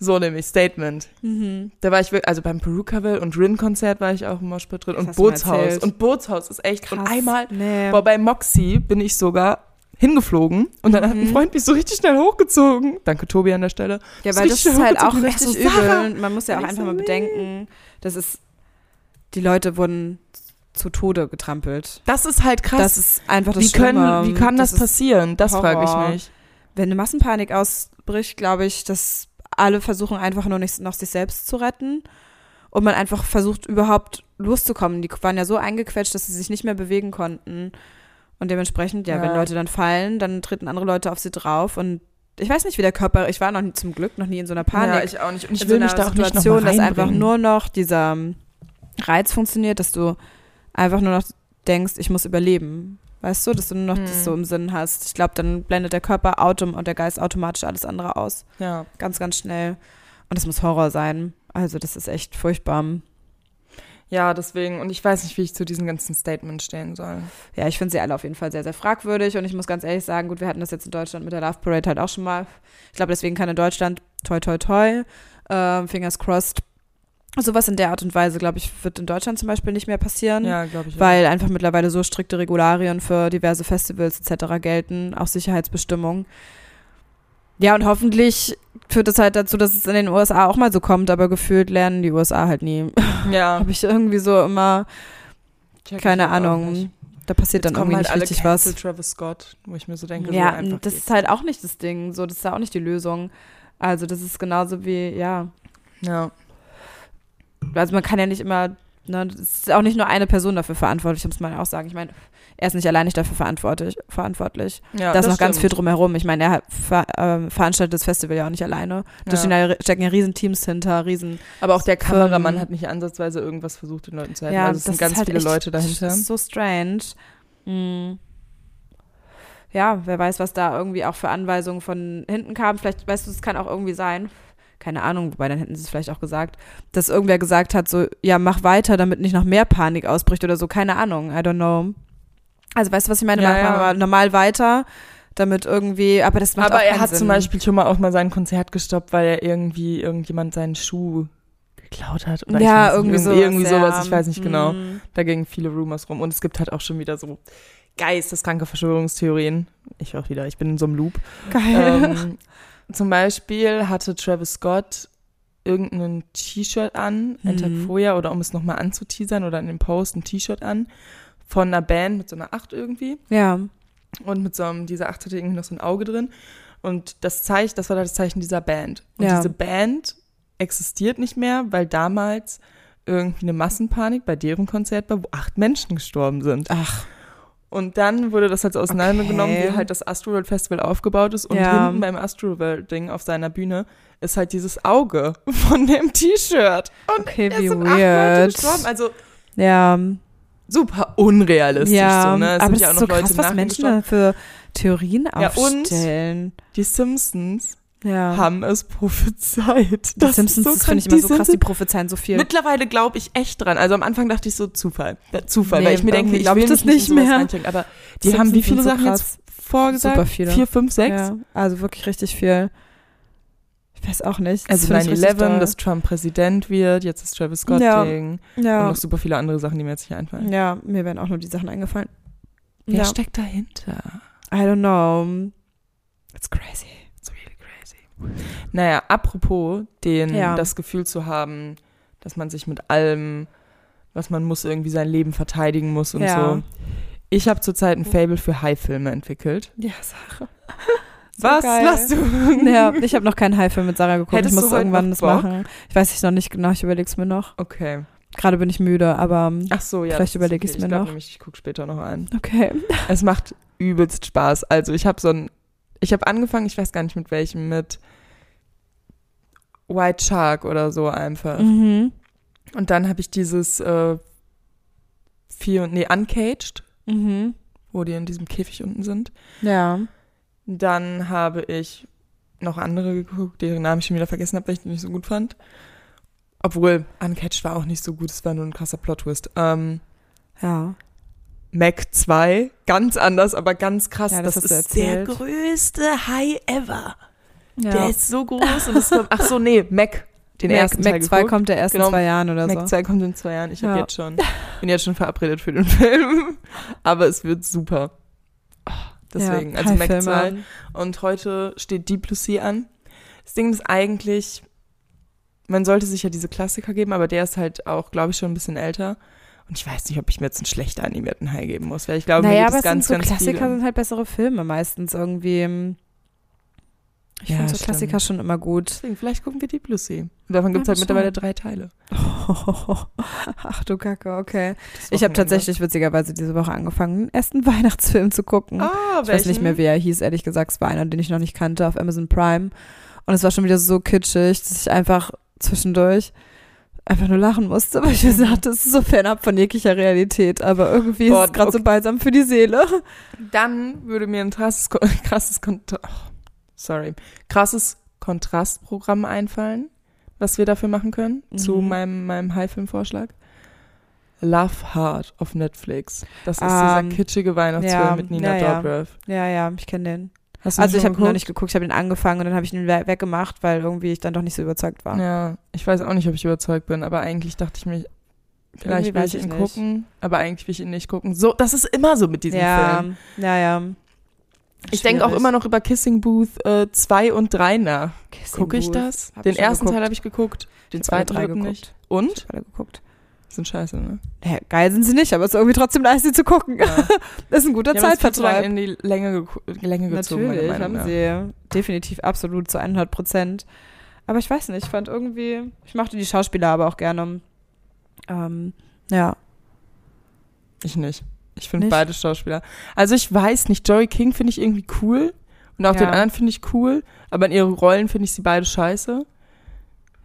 Speaker 2: So nämlich, Statement.
Speaker 1: Mhm.
Speaker 2: Da war ich wirklich, also beim Perukaville und Rin-Konzert war ich auch im Moshpit drin.
Speaker 1: Das
Speaker 2: Und
Speaker 1: hast du mir
Speaker 2: Bootshaus.
Speaker 1: erzählt.
Speaker 2: Und Bootshaus ist echt. Und
Speaker 1: Krass.
Speaker 2: einmal,
Speaker 1: Nee.
Speaker 2: boah, bei Moxie bin ich sogar hingeflogen. Und dann hat ein
Speaker 1: Mhm.
Speaker 2: Freund mich so richtig schnell hochgezogen. Danke, Tobi, an der Stelle.
Speaker 1: ja,
Speaker 2: ist
Speaker 1: weil das
Speaker 2: richtig
Speaker 1: ist halt auch
Speaker 2: hochgezogen.
Speaker 1: richtig
Speaker 2: Erst so, Sarah.
Speaker 1: übel. Und Man muss ja auch
Speaker 2: Und ich
Speaker 1: einfach
Speaker 2: so,
Speaker 1: mal
Speaker 2: nee.
Speaker 1: bedenken, das ist, die Leute wurden zu Tode getrampelt.
Speaker 2: Das ist halt krass.
Speaker 1: Das ist einfach das
Speaker 2: wie, können,
Speaker 1: Schlimme.
Speaker 2: wie kann das,
Speaker 1: ist-
Speaker 2: passieren? Das frage
Speaker 1: Horror.
Speaker 2: ich mich.
Speaker 1: wenn eine Massenpanik ausbricht, glaube ich, dass alle versuchen einfach nur nicht, noch sich selbst zu retten und man einfach versucht überhaupt loszukommen. Die waren ja so eingequetscht, dass sie sich nicht mehr bewegen konnten. Und dementsprechend, ja,
Speaker 2: Ja.
Speaker 1: wenn Leute dann fallen, dann treten andere Leute auf sie drauf und ich weiß nicht, wie der Körper, ich war noch nie, zum Glück noch nie in so einer Panik.
Speaker 2: ich auch nicht. Und ich
Speaker 1: in
Speaker 2: will
Speaker 1: so
Speaker 2: mich
Speaker 1: einer
Speaker 2: da auch nicht noch
Speaker 1: Situation,
Speaker 2: mal
Speaker 1: dass einfach
Speaker 2: reinbringen.
Speaker 1: nur noch dieser ähm, Reiz funktioniert, dass du einfach nur noch denkst, ich muss überleben. Weißt du, dass du nur noch
Speaker 2: Hm.
Speaker 1: das so im Sinn hast. Ich glaube, dann blendet der Körper autom und der Geist automatisch alles andere aus.
Speaker 2: Ja.
Speaker 1: Ganz, ganz schnell. Und das muss Horror sein. Also, das ist echt furchtbar.
Speaker 2: ja, deswegen. Und ich weiß nicht, wie ich zu diesen ganzen Statements stehen soll.
Speaker 1: Ja, ich finde sie alle auf jeden Fall sehr, sehr fragwürdig. Und ich muss ganz ehrlich sagen, gut, wir hatten das jetzt in Deutschland mit der Love Parade halt auch schon mal. Ich glaube, deswegen kann in Deutschland toi, toi, toi, ähm, fingers crossed. Sowas in der Art und Weise, glaube ich, wird in Deutschland zum Beispiel nicht mehr passieren.
Speaker 2: Ja, glaube ich. auch.
Speaker 1: Weil einfach mittlerweile so strikte Regularien für diverse Festivals etc. gelten, auch Sicherheitsbestimmungen. Ja, und hoffentlich führt das halt dazu, dass es in den USA auch mal so kommt, aber gefühlt lernen die USA halt nie.
Speaker 2: ja.
Speaker 1: Habe ich irgendwie so immer,
Speaker 2: Check ich
Speaker 1: keine
Speaker 2: halt auch
Speaker 1: Ahnung,
Speaker 2: nicht.
Speaker 1: da passiert dann
Speaker 2: Jetzt kommen
Speaker 1: irgendwie
Speaker 2: halt
Speaker 1: nicht
Speaker 2: alle
Speaker 1: richtig
Speaker 2: Cancel
Speaker 1: was.
Speaker 2: Travis Scott, wo ich mir so denke, so
Speaker 1: Ja,
Speaker 2: einfach
Speaker 1: das
Speaker 2: geht's.
Speaker 1: ist halt auch nicht das Ding. So, das ist ja auch nicht die Lösung. Also, das ist genauso wie, ja.
Speaker 2: ja.
Speaker 1: Also, man kann ja nicht immer, ne, es ist auch nicht nur eine Person dafür verantwortlich, muss man auch sagen. Ich meine, er ist nicht allein nicht dafür verantwortlich. verantwortlich.
Speaker 2: ja,
Speaker 1: da ist noch ganz viel
Speaker 2: stimmt.
Speaker 1: drumherum. Ich meine, er hat ver ähm, veranstaltet das Festival ja auch nicht alleine. Da stehen
Speaker 2: Ja.
Speaker 1: ja, stecken ja riesen Teams hinter, riesen.
Speaker 2: Aber auch der
Speaker 1: Firmen.
Speaker 2: Kameramann hat nicht ansatzweise irgendwas versucht, den Leuten zu helfen.
Speaker 1: ja,
Speaker 2: also es sind
Speaker 1: ist
Speaker 2: ganz
Speaker 1: halt
Speaker 2: viele
Speaker 1: echt-
Speaker 2: Leute dahinter. Mhm.
Speaker 1: Das ist so strange. Hm. Ja, wer weiß, was da irgendwie auch für Anweisungen von hinten kamen. Vielleicht, weißt du, es kann auch irgendwie sein, keine Ahnung, wobei dann hätten sie es vielleicht auch gesagt, dass irgendwer gesagt hat, so, ja, mach weiter, damit nicht noch mehr Panik ausbricht oder so. Keine Ahnung, I don't know. Also, weißt du, was ich meine?
Speaker 2: Ja,
Speaker 1: Mach
Speaker 2: ja.
Speaker 1: mal normal weiter, damit irgendwie, aber das macht auch
Speaker 2: Aber er
Speaker 1: keinen
Speaker 2: hat
Speaker 1: Sinn.
Speaker 2: zum Beispiel schon mal auch mal sein Konzert gestoppt, weil er irgendwie irgendjemand seinen Schuh geklaut hat. Oder
Speaker 1: ja,
Speaker 2: ich weiß nicht,
Speaker 1: irgendwie, sowas,
Speaker 2: Irgendwie sowas,
Speaker 1: ja.
Speaker 2: ich weiß nicht genau.
Speaker 1: Mhm.
Speaker 2: Da gingen viele Rumors rum. Und es gibt halt auch schon wieder so geisteskranke Verschwörungstheorien. Ich auch wieder, ich bin in so einem Loop.
Speaker 1: Geil.
Speaker 2: ähm, zum Beispiel hatte Travis Scott irgendein T-Shirt an, einen Tag
Speaker 1: Mhm.
Speaker 2: vorher, oder um es nochmal anzuteasern, oder in dem Post ein T-Shirt an, von einer Band mit so einer Acht irgendwie.
Speaker 1: ja.
Speaker 2: Und mit so einem, dieser Acht hatte irgendwie noch so ein Auge drin. Und das Zeichen, das war das Zeichen dieser Band. Und
Speaker 1: Ja.
Speaker 2: diese Band existiert nicht mehr, weil damals irgendwie eine Massenpanik bei deren Konzert war, wo acht Menschen gestorben sind.
Speaker 1: Ach,
Speaker 2: Und dann wurde das halt so auseinandergenommen,
Speaker 1: Okay.
Speaker 2: wie halt das Astroworld Festival aufgebaut ist. Und
Speaker 1: Ja.
Speaker 2: hinten beim Astroworld Ding auf seiner Bühne ist halt dieses Auge von dem T-Shirt. Und
Speaker 1: okay,
Speaker 2: es
Speaker 1: wie
Speaker 2: sind acht Leute
Speaker 1: weird.
Speaker 2: gestorben. Also
Speaker 1: Ja,
Speaker 2: super unrealistisch
Speaker 1: ja.
Speaker 2: so, ne? Es
Speaker 1: aber
Speaker 2: sind
Speaker 1: das
Speaker 2: ja auch
Speaker 1: ist
Speaker 2: noch
Speaker 1: so
Speaker 2: Leute
Speaker 1: krass,
Speaker 2: im
Speaker 1: was
Speaker 2: Nachhinein
Speaker 1: Menschen
Speaker 2: gestorben.
Speaker 1: da für Theorien
Speaker 2: Ja, und-
Speaker 1: aufstellen.
Speaker 2: Die Simpsons
Speaker 1: Ja.
Speaker 2: haben es prophezeit.
Speaker 1: die Simpsons, das finde ich immer so krass, die prophezeien so viel.
Speaker 2: Mittlerweile glaube ich echt dran. Also am Anfang dachte ich so Zufall, Ja, Zufall,
Speaker 1: Nee,
Speaker 2: weil ich mir denke,
Speaker 1: irgendwie
Speaker 2: ich
Speaker 1: glaub
Speaker 2: will
Speaker 1: ich das
Speaker 2: mich
Speaker 1: nicht
Speaker 2: in sowas
Speaker 1: mehr.
Speaker 2: reinstecken. Aber die
Speaker 1: Simpsons
Speaker 2: haben wie
Speaker 1: sind so
Speaker 2: viele Sachen
Speaker 1: krass.
Speaker 2: jetzt vorgesagt?
Speaker 1: Super viele.
Speaker 2: Vier, fünf, sechs?
Speaker 1: Ja, also wirklich richtig viel. Ich weiß auch nicht. Das
Speaker 2: Also
Speaker 1: find ich richtig
Speaker 2: 9-11,
Speaker 1: doll.
Speaker 2: dass Trump Präsident wird, jetzt ist Travis Scott
Speaker 1: Ja.
Speaker 2: Ding und
Speaker 1: ja.
Speaker 2: noch super viele andere Sachen, die mir jetzt nicht einfallen.
Speaker 1: ja, mir wären auch nur die Sachen eingefallen.
Speaker 2: Wer
Speaker 1: Ja.
Speaker 2: steckt dahinter?
Speaker 1: I don't know. It's crazy.
Speaker 2: It's really crazy. Naja, apropos den,
Speaker 1: Ja.
Speaker 2: das Gefühl zu haben, dass man sich mit allem, was man muss, irgendwie sein Leben verteidigen muss und
Speaker 1: Ja.
Speaker 2: so. Ich habe zurzeit ein Fable für High-Filme entwickelt.
Speaker 1: Ja, Sache.
Speaker 2: was
Speaker 1: geil.
Speaker 2: lachst du?
Speaker 1: Ja, ich habe noch keinen High-Film mit Sarah geguckt.
Speaker 2: Hättest
Speaker 1: ich
Speaker 2: du
Speaker 1: muss
Speaker 2: heute
Speaker 1: irgendwann
Speaker 2: noch
Speaker 1: das
Speaker 2: Bock?
Speaker 1: machen. Ich weiß nicht noch nicht genau, ich überlege es mir noch.
Speaker 2: Okay.
Speaker 1: Gerade bin ich müde, aber ähm,
Speaker 2: Ach so, ja.
Speaker 1: Vielleicht
Speaker 2: das ist
Speaker 1: überleg ich's
Speaker 2: okay.
Speaker 1: mir
Speaker 2: ich glaub
Speaker 1: noch.
Speaker 2: Nämlich, ich gucke später noch an.
Speaker 1: okay.
Speaker 2: Es macht übelst Spaß. Also ich habe so ein, ich habe angefangen, ich weiß gar nicht mit welchem, mit White Shark oder so einfach.
Speaker 1: Mhm.
Speaker 2: Und dann habe ich dieses äh, vier, nee, Uncaged,
Speaker 1: Mhm.
Speaker 2: wo die in diesem Käfig unten sind.
Speaker 1: Ja.
Speaker 2: Dann habe ich noch andere geguckt, deren Namen ich schon wieder vergessen habe, weil ich die nicht so gut fand. Obwohl, Uncaged war auch nicht so gut, es war nur ein krasser Plot-Twist. Ähm,
Speaker 1: Ja.
Speaker 2: Mac 2, ganz anders, aber ganz krass.
Speaker 1: Ja, das
Speaker 2: das
Speaker 1: hast du
Speaker 2: ist der
Speaker 1: erzählt.
Speaker 2: größte High ever.
Speaker 1: ja.
Speaker 2: Der ist so groß und das ist, ach so, nee, Mac, den
Speaker 1: Mac,
Speaker 2: ersten
Speaker 1: Mac
Speaker 2: Teil
Speaker 1: 2
Speaker 2: geguckt.
Speaker 1: kommt der erst in
Speaker 2: Genau,
Speaker 1: zwei Jahren oder
Speaker 2: Mac
Speaker 1: so.
Speaker 2: 2 kommt in zwei Jahren. Ich hab
Speaker 1: Also. Ja.
Speaker 2: jetzt schon, bin jetzt schon verabredet für den Film. Aber es wird super. Oh, Deswegen,
Speaker 1: ja.
Speaker 2: also
Speaker 1: Hi,
Speaker 2: Mac
Speaker 1: Filme.
Speaker 2: 2. Und heute steht Deep Blue Sea an. Das Ding ist eigentlich, man sollte sich ja diese Klassiker geben, aber der ist halt auch, glaube ich, schon ein bisschen älter. Und ich weiß nicht, ob ich mir jetzt einen schlecht animierten Hai geben muss, weil ich glaube,
Speaker 1: Naja,
Speaker 2: mir
Speaker 1: aber
Speaker 2: gibt
Speaker 1: es
Speaker 2: es ganz,
Speaker 1: sind halt so
Speaker 2: ganz
Speaker 1: Klassiker
Speaker 2: viele.
Speaker 1: sind halt bessere Filme meistens irgendwie. Ich
Speaker 2: Ja,
Speaker 1: finde so
Speaker 2: stimmt.
Speaker 1: Klassiker schon immer gut.
Speaker 2: Deswegen, vielleicht gucken wir die Lucy. Und davon gibt es
Speaker 1: Ja,
Speaker 2: halt
Speaker 1: schau.
Speaker 2: mittlerweile drei Teile.
Speaker 1: Ach du Kacke, okay.
Speaker 2: Das
Speaker 1: Ich habe
Speaker 2: Wochenende.
Speaker 1: tatsächlich witzigerweise diese Woche angefangen, den ersten Weihnachtsfilm zu gucken.
Speaker 2: Ah,
Speaker 1: ich weiß nicht mehr, wie er hieß, ehrlich gesagt. Es war einer, den ich noch nicht kannte, auf Amazon Prime. Und es war schon wieder so kitschig, dass ich einfach zwischendurch einfach nur lachen musste, weil ich mir dachte, es ist so fernab von jeglicher Realität. Aber irgendwie
Speaker 2: Boah,
Speaker 1: ist es gerade
Speaker 2: okay.
Speaker 1: so balsam für die Seele.
Speaker 2: Dann würde mir ein krasses, Ko- krasses, Kontra oh, sorry, krasses Kontrastprogramm einfallen, was wir dafür machen können, zu
Speaker 1: Mhm.
Speaker 2: meinem, meinem High-Film-Vorschlag. Love Hard auf Netflix. Das ist
Speaker 1: Ähm,
Speaker 2: dieser kitschige Weihnachtsfilm
Speaker 1: ja,
Speaker 2: mit
Speaker 1: ja,
Speaker 2: Nina
Speaker 1: ja.
Speaker 2: Dobrev.
Speaker 1: Ja, ja, ich kenne den.
Speaker 2: Hast du
Speaker 1: Also
Speaker 2: den
Speaker 1: ich
Speaker 2: schon
Speaker 1: habe ihn noch
Speaker 2: geguckt?
Speaker 1: nicht geguckt, ich habe ihn angefangen und dann habe ich ihn we- weggemacht, weil irgendwie ich dann doch nicht so überzeugt war.
Speaker 2: Ja, ich weiß auch nicht, ob ich überzeugt bin, aber eigentlich dachte ich mir, vielleicht
Speaker 1: Irgendwie
Speaker 2: will
Speaker 1: weiß
Speaker 2: ich
Speaker 1: ich
Speaker 2: ihn
Speaker 1: nicht.
Speaker 2: gucken, aber eigentlich will ich ihn nicht gucken. So, das ist immer so mit diesen
Speaker 1: ja,
Speaker 2: Filmen.
Speaker 1: ja, ja.
Speaker 2: Ich denke auch immer noch über Kissing Booth 2 und 3 nach.
Speaker 1: Kissing
Speaker 2: Gucke ich
Speaker 1: Booth.
Speaker 2: das?
Speaker 1: Hab
Speaker 2: den
Speaker 1: ich schon
Speaker 2: ersten
Speaker 1: geguckt.
Speaker 2: Teil habe ich geguckt, den
Speaker 1: Ich hab alle
Speaker 2: zweiten
Speaker 1: drei
Speaker 2: dritten
Speaker 1: geguckt.
Speaker 2: nicht.
Speaker 1: Ich
Speaker 2: Und?
Speaker 1: hab alle geguckt.
Speaker 2: Sind scheiße, ne?
Speaker 1: Ja, geil sind sie nicht, aber es ist irgendwie trotzdem nice, sie zu gucken.
Speaker 2: Ja.
Speaker 1: ist ein guter
Speaker 2: Die haben das viel zu lange
Speaker 1: Zeitvertreib.
Speaker 2: in die Länge, geku- Länge gezogen,
Speaker 1: Natürlich
Speaker 2: meiner
Speaker 1: haben
Speaker 2: Meinung nach.
Speaker 1: sie definitiv absolut zu 100 Prozent. Aber ich weiß nicht, ich fand irgendwie, ich mochte die Schauspieler aber auch gerne. Ähm, ja,
Speaker 2: Ich nicht. Ich finde
Speaker 1: Nicht?
Speaker 2: beide Schauspieler. Also ich weiß nicht, Joey King finde ich irgendwie cool und auch
Speaker 1: Ja.
Speaker 2: den anderen finde ich cool, aber in ihren Rollen finde ich sie beide scheiße.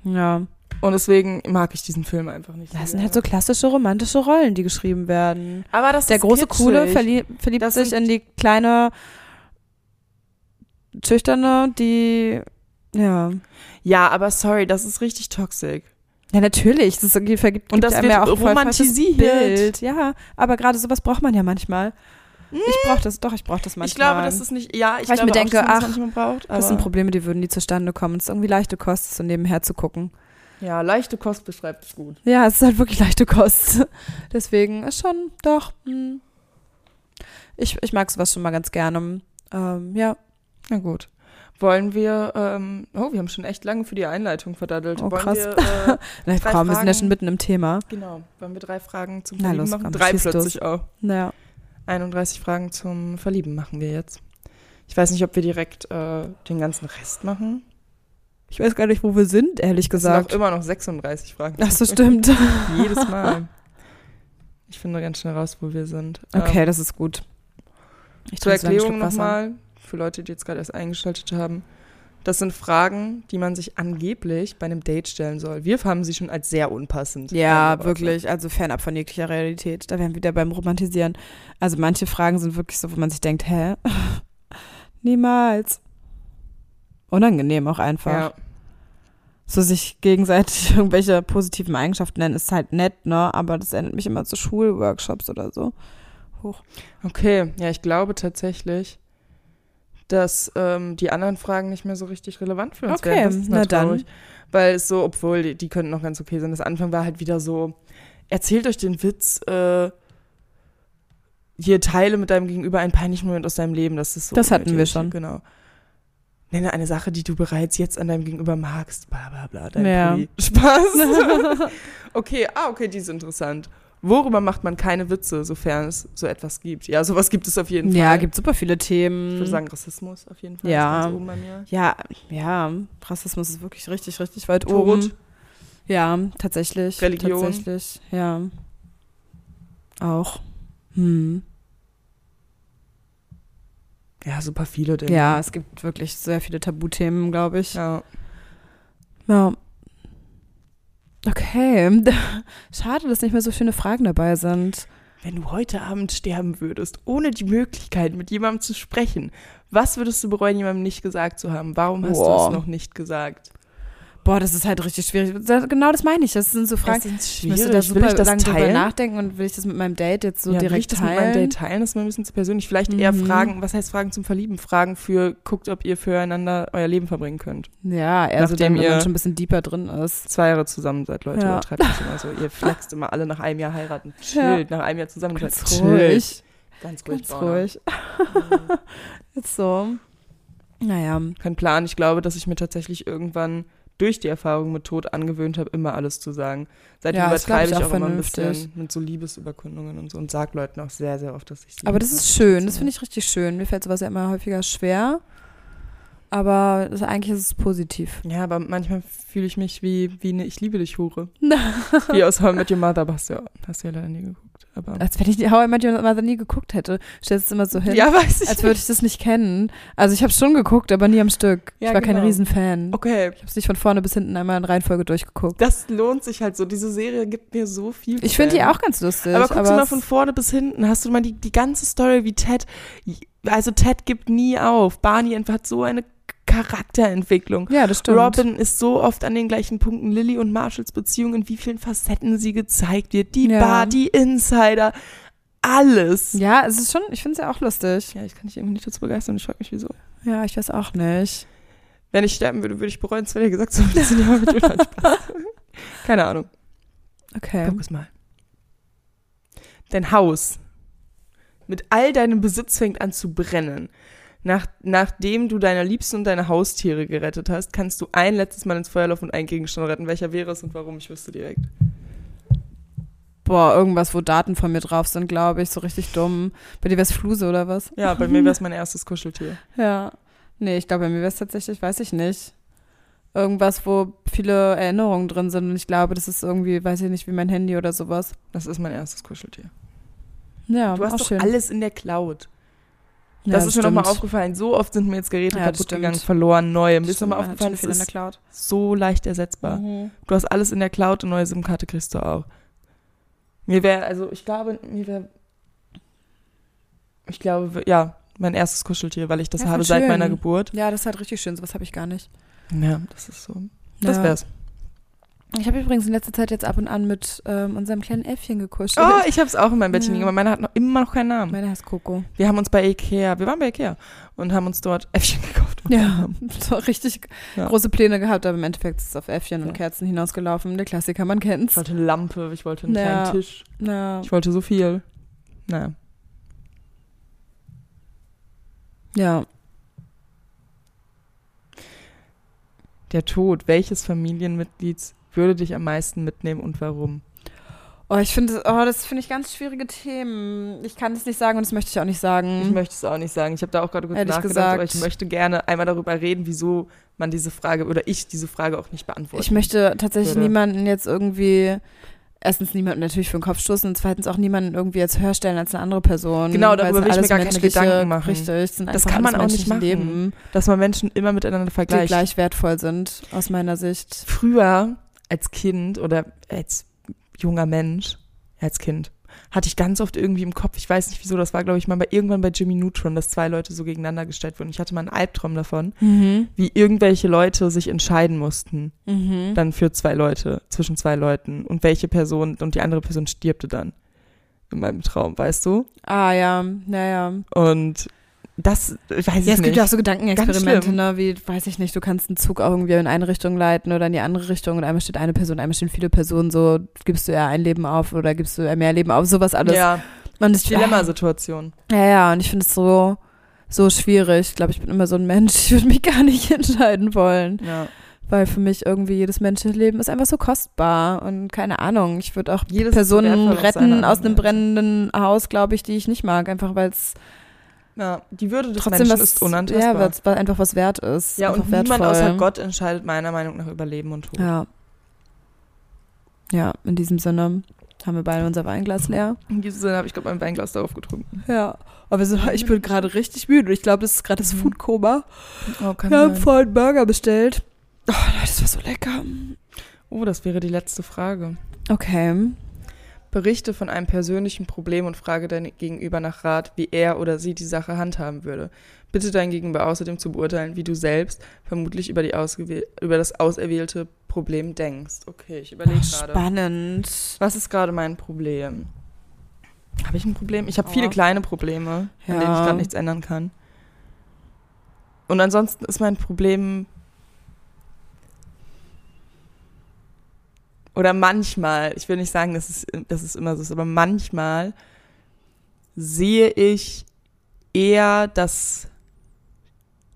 Speaker 1: ja.
Speaker 2: Und deswegen mag ich diesen Film einfach nicht.
Speaker 1: Das
Speaker 2: so
Speaker 1: sind halt so
Speaker 2: gerne.
Speaker 1: klassische romantische Rollen, die geschrieben werden.
Speaker 2: aber das
Speaker 1: Der
Speaker 2: ist
Speaker 1: große
Speaker 2: kitschig.
Speaker 1: Coole verlie verliebt
Speaker 2: Das
Speaker 1: sich
Speaker 2: sind-
Speaker 1: in die kleine Schüchterne, die. Ja.
Speaker 2: Ja, aber sorry, das ist richtig toxisch.
Speaker 1: Ja, natürlich. Das ist- gibt, gibt
Speaker 2: Und das
Speaker 1: einem
Speaker 2: wird
Speaker 1: ja auch ein voll falsches
Speaker 2: romantisiert.
Speaker 1: Bild. Ja, aber gerade sowas braucht man ja manchmal. Ich brauche das, doch, ich brauche das manchmal.
Speaker 2: Ich glaube, das ist nicht. Ja, ich
Speaker 1: Weil ich
Speaker 2: glaube
Speaker 1: mir denke,
Speaker 2: auch, dass man
Speaker 1: ach,
Speaker 2: das manchmal braucht. Aber
Speaker 1: Das sind Probleme, die würden nie zustande kommen. Es ist irgendwie leichte Kost, so nebenher zu gucken.
Speaker 2: ja, leichte Kost beschreibt es gut.
Speaker 1: Ja, es ist halt wirklich leichte Kost. Deswegen ist schon, doch. hm. Ich, ich mag sowas schon mal ganz gerne. Ähm, ja,
Speaker 2: Na gut. Wollen wir, ähm, oh, wir haben schon echt lange für die Einleitung verdaddelt.
Speaker 1: Oh,
Speaker 2: wollen
Speaker 1: krass.
Speaker 2: wir, äh,
Speaker 1: na
Speaker 2: Drei
Speaker 1: komm, wir sind ja
Speaker 2: Fragen.
Speaker 1: schon mitten im Thema.
Speaker 2: genau, wollen wir drei Fragen zum
Speaker 1: Na
Speaker 2: Verlieben
Speaker 1: los,
Speaker 2: machen?
Speaker 1: komm,
Speaker 2: drei
Speaker 1: schieß los.
Speaker 2: plötzlich auch.
Speaker 1: Ja.
Speaker 2: 31 Fragen zum Verlieben machen wir jetzt. Ich weiß nicht, ob wir direkt äh, den ganzen Rest machen.
Speaker 1: Ich weiß gar nicht, wo wir sind, ehrlich
Speaker 2: Es sind auch
Speaker 1: gesagt.
Speaker 2: immer noch 36 Fragen.
Speaker 1: Ach so, stimmt.
Speaker 2: Jedes Mal. Ich finde ganz schnell raus, wo wir sind.
Speaker 1: Okay, das ist gut. Ich
Speaker 2: Zur
Speaker 1: trinke so lange ein
Speaker 2: Erklärung
Speaker 1: Schluck Wasser.
Speaker 2: nochmal, für Leute, die jetzt gerade erst eingeschaltet haben. Das sind Fragen, die man sich angeblich bei einem Date stellen soll. Wir haben sie schon als sehr unpassend.
Speaker 1: Ja,
Speaker 2: eingeordnet.
Speaker 1: wirklich. Also fernab von jeglicher Realität. Da wären wir wieder beim Romantisieren. Also manche Fragen sind wirklich so, wo man sich denkt, hä? Niemals. Unangenehm auch einfach.
Speaker 2: Ja.
Speaker 1: So sich gegenseitig irgendwelche positiven Eigenschaften nennen, ist halt nett, ne? Aber das erinnert mich immer zu Schulworkshops oder so.
Speaker 2: Okay, ja, ich glaube tatsächlich, dass ähm, die anderen Fragen nicht mehr so richtig relevant für uns
Speaker 1: Okay,
Speaker 2: werden. Das ist
Speaker 1: na dann.
Speaker 2: traurig. Weil es so, obwohl, die, die könnten noch ganz okay sein. Das Anfang war halt wieder so, erzählt euch den Witz, äh, hier teile mit deinem Gegenüber einen peinlichen Moment aus deinem Leben. Das ist so
Speaker 1: Das hatten wir
Speaker 2: unnötig,
Speaker 1: schon.
Speaker 2: Genau. Nenne eine Sache, die du bereits jetzt an deinem Gegenüber magst. Bla bla bla. Dein
Speaker 1: Ja.
Speaker 2: Pulli. Spaß. okay, ah, okay, die ist interessant. Worüber macht man keine Witze, sofern es so etwas gibt? Ja, sowas gibt es auf jeden Fall.
Speaker 1: Ja, gibt super viele
Speaker 2: Ich
Speaker 1: Themen.
Speaker 2: würde sagen, Rassismus auf jeden Fall.
Speaker 1: Ja.
Speaker 2: Ist ganz oben bei mir.
Speaker 1: Ja, ja, Rassismus ist wirklich richtig, richtig weit
Speaker 2: Tod.
Speaker 1: oben. Ja, tatsächlich.
Speaker 2: Religion.
Speaker 1: Tatsächlich, ja. Auch. Hm.
Speaker 2: Ja, super viele Dinge.
Speaker 1: Ja, es gibt wirklich sehr viele Tabuthemen, glaube ich. Ja.
Speaker 2: Ja.
Speaker 1: Okay. Schade, dass nicht mehr so schöne Fragen dabei sind.
Speaker 2: Wenn du heute Abend sterben würdest, ohne die Möglichkeit, mit jemandem zu sprechen, was würdest du bereuen, jemandem nicht gesagt zu haben? Warum hast
Speaker 1: Boah.
Speaker 2: du es noch nicht gesagt?
Speaker 1: Boah, das ist halt richtig schwierig. Da- Genau das meine ich. Das sind so Fragen.
Speaker 2: sind
Speaker 1: Ich müsste da super lange drüber nachdenken und will ich das mit meinem Date jetzt so
Speaker 2: ja, will ich
Speaker 1: direkt
Speaker 2: das mit meinem
Speaker 1: teilen?
Speaker 2: Date teilen? Das ist mal ein bisschen zu persönlich. Vielleicht eher
Speaker 1: Mhm.
Speaker 2: Fragen, was heißt Fragen zum Verlieben? Fragen für, guckt, ob ihr füreinander euer Leben verbringen könnt.
Speaker 1: Ja, eher so
Speaker 2: Nachdem
Speaker 1: dann, wenn
Speaker 2: ihr-
Speaker 1: man schon ein bisschen deeper drin ist.
Speaker 2: Zwei Jahre zusammen seid, Leute,
Speaker 1: Ja.
Speaker 2: übertreibt das immer so. Ihr flext immer alle nach einem Jahr heiraten. Chillt, nach einem Jahr zusammen.
Speaker 1: Ganz
Speaker 2: Chillt.
Speaker 1: ruhig.
Speaker 2: Ganz ruhig.
Speaker 1: Ganz
Speaker 2: Brauner. Mhm.
Speaker 1: ruhig. Jetzt so. Naja.
Speaker 2: Kein Plan. Ich glaube, dass ich mir tatsächlich irgendwann durch die Erfahrung mit Tod angewöhnt habe, immer alles zu sagen. Seitdem
Speaker 1: Ja, das glaub
Speaker 2: übertreibe
Speaker 1: ich
Speaker 2: ich auch
Speaker 1: auch
Speaker 2: immer ein
Speaker 1: vernünftig.
Speaker 2: bisschen mit so Liebesüberkundungen und so und sag Leuten auch sehr, sehr oft, dass ich sie
Speaker 1: Aber
Speaker 2: liebe.
Speaker 1: das ist schön, das finde ich richtig schön. Mir fällt sowas ja immer häufiger schwer. Aber das, eigentlich ist es positiv.
Speaker 2: Ja, aber manchmal fühle ich mich wie, wie eine Ich liebe dich Hure. wie aus How I Met Your Mother, aber hast du ja, hast du ja leider nie geguckt. Aber
Speaker 1: Als wenn ich die How I Met Your Mother nie geguckt hätte. Stellst es immer so hin,
Speaker 2: ja, weiß ich.
Speaker 1: als würde ich das nicht kennen. Also ich habe schon geguckt, aber nie am Stück.
Speaker 2: Ja,
Speaker 1: ich war kein
Speaker 2: genau.
Speaker 1: Riesenfan.
Speaker 2: okay,
Speaker 1: Ich habe es nicht von vorne bis hinten einmal in Reihenfolge durchgeguckt.
Speaker 2: das lohnt sich halt so. Diese Serie gibt mir so viel.
Speaker 1: Ich finde die
Speaker 2: Fan.
Speaker 1: auch ganz lustig.
Speaker 2: Aber guckst du mal von
Speaker 1: es-
Speaker 2: vorne bis hinten, hast du mal die, die ganze Story wie Ted. Also Ted gibt nie auf. Barney hat so eine Charakterentwicklung.
Speaker 1: Ja, das stimmt.
Speaker 2: Robin ist so oft an den gleichen Punkten. Lily und Marshalls Beziehung, in wie vielen Facetten sie gezeigt wird. Die
Speaker 1: Ja.
Speaker 2: Bar, die Insider, alles. Ja.
Speaker 1: Ja, es ist schon, ich finde es ja auch lustig.
Speaker 2: ich kann dich irgendwie nicht dazu begeistern. Ich frage mich, wieso.
Speaker 1: Ja, ich weiß auch nicht.
Speaker 2: Wenn ich sterben würde, würde ich bereuen, es wäre gesagt, so ein bisschen ja mit Jonas Spaß. Keine Ahnung.
Speaker 1: Okay.
Speaker 2: Guck es mal. Dein Haus mit all deinem Besitz fängt an zu brennen. Nach, nachdem du deine Liebsten und deine Haustiere gerettet hast, kannst du ein letztes Mal ins Feuer laufen und einen Gegenstand retten. Welcher wäre es und warum? Ich wüsste direkt.
Speaker 1: Boah, irgendwas, wo Daten von mir drauf sind, glaube ich. So richtig dumm. Bei dir wär's Fluse oder was?
Speaker 2: Ja, bei mir wäre es mein erstes Kuscheltier.
Speaker 1: Ja. Nee, ich glaube, bei mir wär's tatsächlich, weiß ich nicht. Irgendwas, wo viele Erinnerungen drin sind. Und ich glaube, das ist irgendwie, weiß ich nicht, wie mein Handy oder sowas.
Speaker 2: Das ist mein erstes Kuscheltier.
Speaker 1: Ja,
Speaker 2: Du
Speaker 1: auch
Speaker 2: hast doch
Speaker 1: schön.
Speaker 2: alles in der Cloud.
Speaker 1: ja,
Speaker 2: das ist mir nochmal
Speaker 1: stimmt.
Speaker 2: aufgefallen. So oft sind mir jetzt Geräte
Speaker 1: Ja, das
Speaker 2: kaputt gegangen,
Speaker 1: stimmt.
Speaker 2: verloren, neue. Mir ist
Speaker 1: Stimmt,
Speaker 2: nochmal
Speaker 1: man hat
Speaker 2: aufgefallen,
Speaker 1: schon
Speaker 2: es
Speaker 1: viel in der
Speaker 2: ist
Speaker 1: Cloud.
Speaker 2: so leicht ersetzbar.
Speaker 1: Mhm.
Speaker 2: Du hast alles in der Cloud, eine neue SIM-Karte kriegst du auch. Mir wäre, also ich glaube, mir wäre, ich glaube, ja, mein erstes Kuscheltier, weil ich das
Speaker 1: Ja, voll
Speaker 2: habe seit
Speaker 1: schön.
Speaker 2: meiner Geburt.
Speaker 1: Ja, das ist halt richtig schön. Sowas habe ich gar nicht.
Speaker 2: Ja, das ist so. Das
Speaker 1: Ja.
Speaker 2: wär's.
Speaker 1: Ich habe übrigens in letzter Zeit jetzt ab und an mit ähm, unserem kleinen Äffchen gekuschelt.
Speaker 2: Oh, ich hab's auch in meinem Bettchen
Speaker 1: Ja.
Speaker 2: liegen, aber meiner hat noch, immer noch keinen Namen.
Speaker 1: Meine heißt Coco.
Speaker 2: Wir haben uns bei Ikea, wir waren bei Ikea und haben uns dort Äffchen gekauft.
Speaker 1: Ja, so richtig
Speaker 2: Ja.
Speaker 1: große Pläne gehabt, aber im Endeffekt ist es auf Äffchen
Speaker 2: Ja.
Speaker 1: und Kerzen hinausgelaufen. Der Klassiker, man
Speaker 2: Ich
Speaker 1: kennt's.
Speaker 2: wollte eine Lampe, ich wollte einen
Speaker 1: Ja.
Speaker 2: kleinen Tisch.
Speaker 1: Na,
Speaker 2: Ich wollte so viel. Naja.
Speaker 1: ja,
Speaker 2: Der Tod welches Familienmitglieds würde dich am meisten mitnehmen und warum?
Speaker 1: Oh, ich finde, oh, das finde ich ganz schwierige Themen. Ich kann es nicht sagen und das möchte ich auch nicht
Speaker 2: Ich
Speaker 1: sagen.
Speaker 2: möchte es auch nicht sagen. Ich habe da auch gerade kurz
Speaker 1: Mhm. Ehrlich
Speaker 2: nachgedacht,
Speaker 1: gesagt.
Speaker 2: aber ich möchte gerne einmal darüber reden, wieso man diese Frage oder ich diese Frage auch nicht beantworte.
Speaker 1: Ich möchte tatsächlich
Speaker 2: Würde.
Speaker 1: niemanden jetzt irgendwie, erstens niemanden natürlich für den Kopf stoßen und zweitens auch niemanden irgendwie jetzt höher stellen als eine andere Person.
Speaker 2: Genau,
Speaker 1: weil
Speaker 2: darüber
Speaker 1: es
Speaker 2: will ich
Speaker 1: alles
Speaker 2: mir gar keine
Speaker 1: menschliche-
Speaker 2: Gedanken machen.
Speaker 1: Richtig, es sind
Speaker 2: Das
Speaker 1: einfach
Speaker 2: kann man
Speaker 1: alles
Speaker 2: auch nicht
Speaker 1: menschliche
Speaker 2: machen.
Speaker 1: Leben,
Speaker 2: Dass man Menschen immer miteinander
Speaker 1: die gleich.
Speaker 2: vergleicht.
Speaker 1: wertvoll sind, aus meiner Sicht.
Speaker 2: Früher als Kind oder als junger Mensch, als Kind, hatte ich ganz oft irgendwie im Kopf, ich weiß nicht wieso, das war glaube ich mal bei, irgendwann bei Jimmy Neutron, dass zwei Leute so gegeneinander gestellt wurden. Ich hatte mal einen Albtraum davon,
Speaker 1: Mhm.
Speaker 2: wie irgendwelche Leute sich entscheiden mussten,
Speaker 1: Mhm.
Speaker 2: dann für zwei Leute, zwischen zwei Leuten und welche Person und die andere Person stirbte dann in meinem Traum, weißt du?
Speaker 1: Ah ja, naja.
Speaker 2: Und das äh, weiß
Speaker 1: Ja,
Speaker 2: ich
Speaker 1: es gibt
Speaker 2: nicht.
Speaker 1: ja auch so Gedankenexperimente,
Speaker 2: schlimm.
Speaker 1: ne? wie, weiß ich nicht, du kannst einen Zug auch irgendwie in eine Richtung leiten oder in die andere Richtung und einmal steht eine Person, einmal stehen viele Personen, so gibst du eher ein Leben auf oder gibst du eher mehr Leben auf, sowas alles.
Speaker 2: ja,
Speaker 1: Und ich,
Speaker 2: Dilemmasituation.
Speaker 1: Ja, ja, und ich finde es so, so schwierig. Ich glaube, ich bin immer so ein Mensch, ich würde mich gar nicht entscheiden wollen,
Speaker 2: Ja.
Speaker 1: weil für mich irgendwie jedes menschliche Leben ist einfach so kostbar und keine Ahnung, ich würde auch
Speaker 2: Jedes
Speaker 1: Personen
Speaker 2: wertvoll auf seine
Speaker 1: retten
Speaker 2: Art
Speaker 1: aus
Speaker 2: und
Speaker 1: einem
Speaker 2: Weise.
Speaker 1: brennenden Haus, glaube ich, die ich nicht mag, einfach weil es
Speaker 2: Ja, die Würde des
Speaker 1: trotzdem
Speaker 2: Menschen
Speaker 1: was,
Speaker 2: ist unantastbar.
Speaker 1: Ja, was, was einfach was wert ist.
Speaker 2: Ja,
Speaker 1: einfach
Speaker 2: und
Speaker 1: wertvoll.
Speaker 2: niemand außer Gott entscheidet meiner Meinung nach über Leben und Tod.
Speaker 1: Ja. Ja, in diesem Sinne haben wir beide unser Weinglas leer.
Speaker 2: In diesem Sinne habe ich, glaube mein Weinglas darauf getrunken.
Speaker 1: Ja. Aber ich bin gerade richtig müde. Ich glaube, das ist gerade das Foodkoma.
Speaker 2: Oh, kann
Speaker 1: Wir haben vorhin Burger bestellt. Oh, Leute, das war so lecker.
Speaker 2: oh, das wäre die letzte Frage.
Speaker 1: Okay.
Speaker 2: Berichte von einem persönlichen Problem und frage dein Gegenüber nach Rat, wie er oder sie die Sache handhaben würde. Bitte dein Gegenüber außerdem zu beurteilen, wie du selbst vermutlich über, die ausgewähl- über das auserwählte Problem denkst. Okay, ich überlege
Speaker 1: Oh,
Speaker 2: gerade.
Speaker 1: spannend.
Speaker 2: Was ist gerade mein Problem? Habe ich ein Problem? Ich habe viele
Speaker 1: Aua.
Speaker 2: kleine Probleme, an denen ich
Speaker 1: Oh. Ja.
Speaker 2: gerade nichts ändern kann. Und ansonsten ist mein Problem. Oder manchmal, ich will nicht sagen, dass es, dass es immer so ist, aber manchmal sehe ich eher das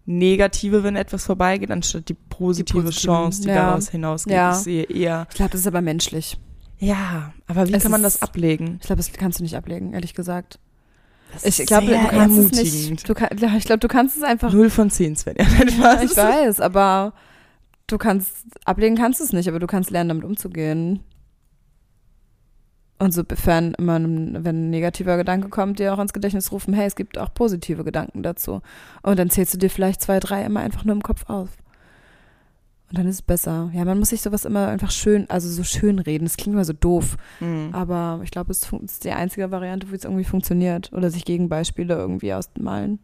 Speaker 2: Negative, wenn etwas vorbeigeht, anstatt die positive
Speaker 1: positiven,
Speaker 2: Chance, die
Speaker 1: ja.
Speaker 2: daraus hinausgeht.
Speaker 1: Ja.
Speaker 2: Ich sehe eher
Speaker 1: Ich glaube, das ist aber menschlich.
Speaker 2: ja, aber wie
Speaker 1: Es
Speaker 2: kann man
Speaker 1: ist-
Speaker 2: das ablegen?
Speaker 1: Ich glaube, das kannst du nicht ablegen, ehrlich gesagt. Ich glaube, du
Speaker 2: sehr
Speaker 1: kannst es
Speaker 2: ermutigend.
Speaker 1: nicht. Du kann, ich glaube, du kannst es einfach.
Speaker 2: Null von zehn, Svenja.
Speaker 1: Ja,
Speaker 2: Nein,
Speaker 1: ich
Speaker 2: Spaß.
Speaker 1: weiß, aber du kannst, ablegen kannst du es nicht, aber du kannst lernen, damit umzugehen. Und sofern immer, ein- wenn ein negativer Gedanke kommt, dir auch ins Gedächtnis rufen, hey, es gibt auch positive Gedanken dazu. Und dann zählst du dir vielleicht zwei, drei immer einfach nur im Kopf auf. Und dann ist es besser. Ja, man muss sich sowas immer einfach schön, also so schön reden. Das klingt immer so doof.
Speaker 2: Mhm.
Speaker 1: Aber ich glaube, es fun- es ist die einzige Variante, wie es irgendwie funktioniert. Oder sich Gegenbeispiele irgendwie ausmalen.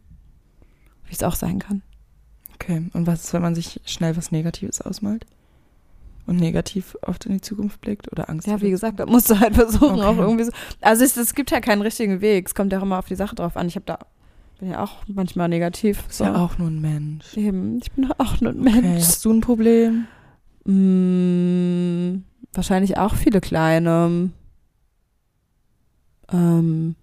Speaker 1: Wie es auch sein kann.
Speaker 2: Okay, und was ist, wenn man sich schnell was Negatives ausmalt? Und negativ oft in die Zukunft blickt oder Angst?
Speaker 1: Ja,
Speaker 2: hat?
Speaker 1: wie gesagt, da musst du halt versuchen,
Speaker 2: Okay.
Speaker 1: auch irgendwie so. Also es, es gibt ja keinen richtigen Weg. Es kommt ja auch immer auf die Sache drauf an. Ich habe da bin ja auch manchmal negativ.
Speaker 2: Ist
Speaker 1: So.
Speaker 2: ja auch nur ein Mensch.
Speaker 1: Eben, ich bin auch nur ein
Speaker 2: Okay,
Speaker 1: Mensch.
Speaker 2: hast du ein Problem?
Speaker 1: Mm, wahrscheinlich auch viele kleine. Ähm,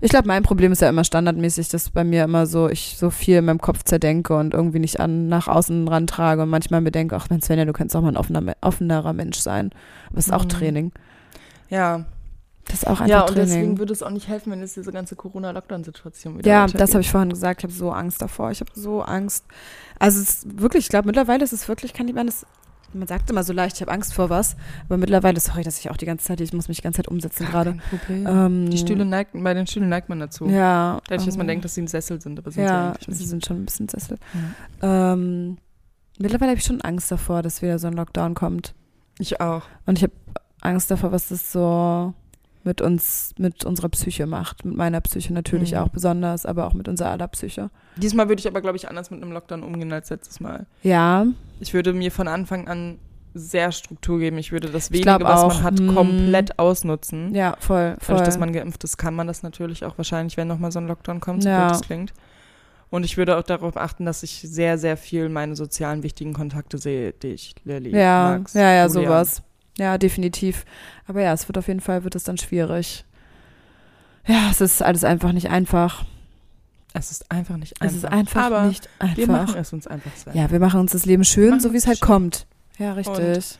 Speaker 1: ich glaube, mein Problem ist ja immer standardmäßig, dass bei mir immer so, ich so viel in meinem Kopf zerdenke und irgendwie nicht an, nach außen rantrage und manchmal mir denke, ach Mensch, Svenja, du kannst auch mal ein offener, offenerer Mensch sein. Aber es ist auch
Speaker 2: Mhm.
Speaker 1: Training.
Speaker 2: Ja.
Speaker 1: Das ist auch einfach
Speaker 2: Ja, und
Speaker 1: Training.
Speaker 2: deswegen würde es auch nicht helfen, wenn jetzt diese ganze Corona-Lockdown-Situation wieder
Speaker 1: ja,
Speaker 2: weitergeht.
Speaker 1: das habe ich vorhin gesagt. Ich habe so Angst davor. Ich habe so Angst. Also es ist wirklich, ich glaube, mittlerweile ist es wirklich, kann ich man das, man sagt immer so leicht, ich habe Angst vor was. Aber mittlerweile, sorry, dass ich auch die ganze Zeit, ich muss mich die ganze Zeit umsetzen
Speaker 2: Gar
Speaker 1: gerade.
Speaker 2: kein Problem.
Speaker 1: Ähm,
Speaker 2: Die Stühle neigt, bei den Stühlen neigt man dazu.
Speaker 1: Ja.
Speaker 2: Dadurch, dass man
Speaker 1: ähm,
Speaker 2: denkt, dass sie ein Sessel sind, aber sind
Speaker 1: ja,
Speaker 2: sie eigentlich
Speaker 1: sie
Speaker 2: nicht.
Speaker 1: sind schon ein bisschen Sessel. Ähm, mittlerweile habe ich schon Angst davor, dass wieder so ein Lockdown kommt.
Speaker 2: Ich auch.
Speaker 1: Und ich habe Angst davor, was das so mit uns, mit unserer Psyche macht. Mit meiner Psyche natürlich
Speaker 2: Mhm.
Speaker 1: auch besonders, aber auch mit unserer aller Psyche.
Speaker 2: Diesmal würde ich aber, glaube ich, anders mit einem Lockdown umgehen als letztes Mal.
Speaker 1: Ja,
Speaker 2: Ich würde mir von Anfang an sehr Struktur geben. Ich würde das
Speaker 1: Ich
Speaker 2: Wenige,
Speaker 1: glaub
Speaker 2: was
Speaker 1: auch.
Speaker 2: man hat,
Speaker 1: Mhm.
Speaker 2: komplett ausnutzen.
Speaker 1: ja, voll, voll.
Speaker 2: Hm? Dadurch, dass man geimpft ist, kann man das natürlich auch wahrscheinlich, wenn nochmal so ein Lockdown kommt, so
Speaker 1: Ja.
Speaker 2: blöd das klingt. Und ich würde auch darauf achten, dass ich sehr, sehr viel meine sozialen wichtigen Kontakte sehe, die ich Lilly,
Speaker 1: Ja,
Speaker 2: Max,
Speaker 1: ja, ja,
Speaker 2: Julian.
Speaker 1: sowas. Ja, definitiv. Aber ja, es wird auf jeden Fall, wird es dann schwierig. Ja, es ist alles einfach nicht einfach.
Speaker 2: Es ist einfach nicht einfach.
Speaker 1: Es ist einfach
Speaker 2: aber
Speaker 1: nicht einfach.
Speaker 2: Wir machen es uns einfach Sven.
Speaker 1: ja, wir machen uns das Leben schön,
Speaker 2: Machen
Speaker 1: so wie es
Speaker 2: es
Speaker 1: halt
Speaker 2: schön.
Speaker 1: kommt. Ja, richtig.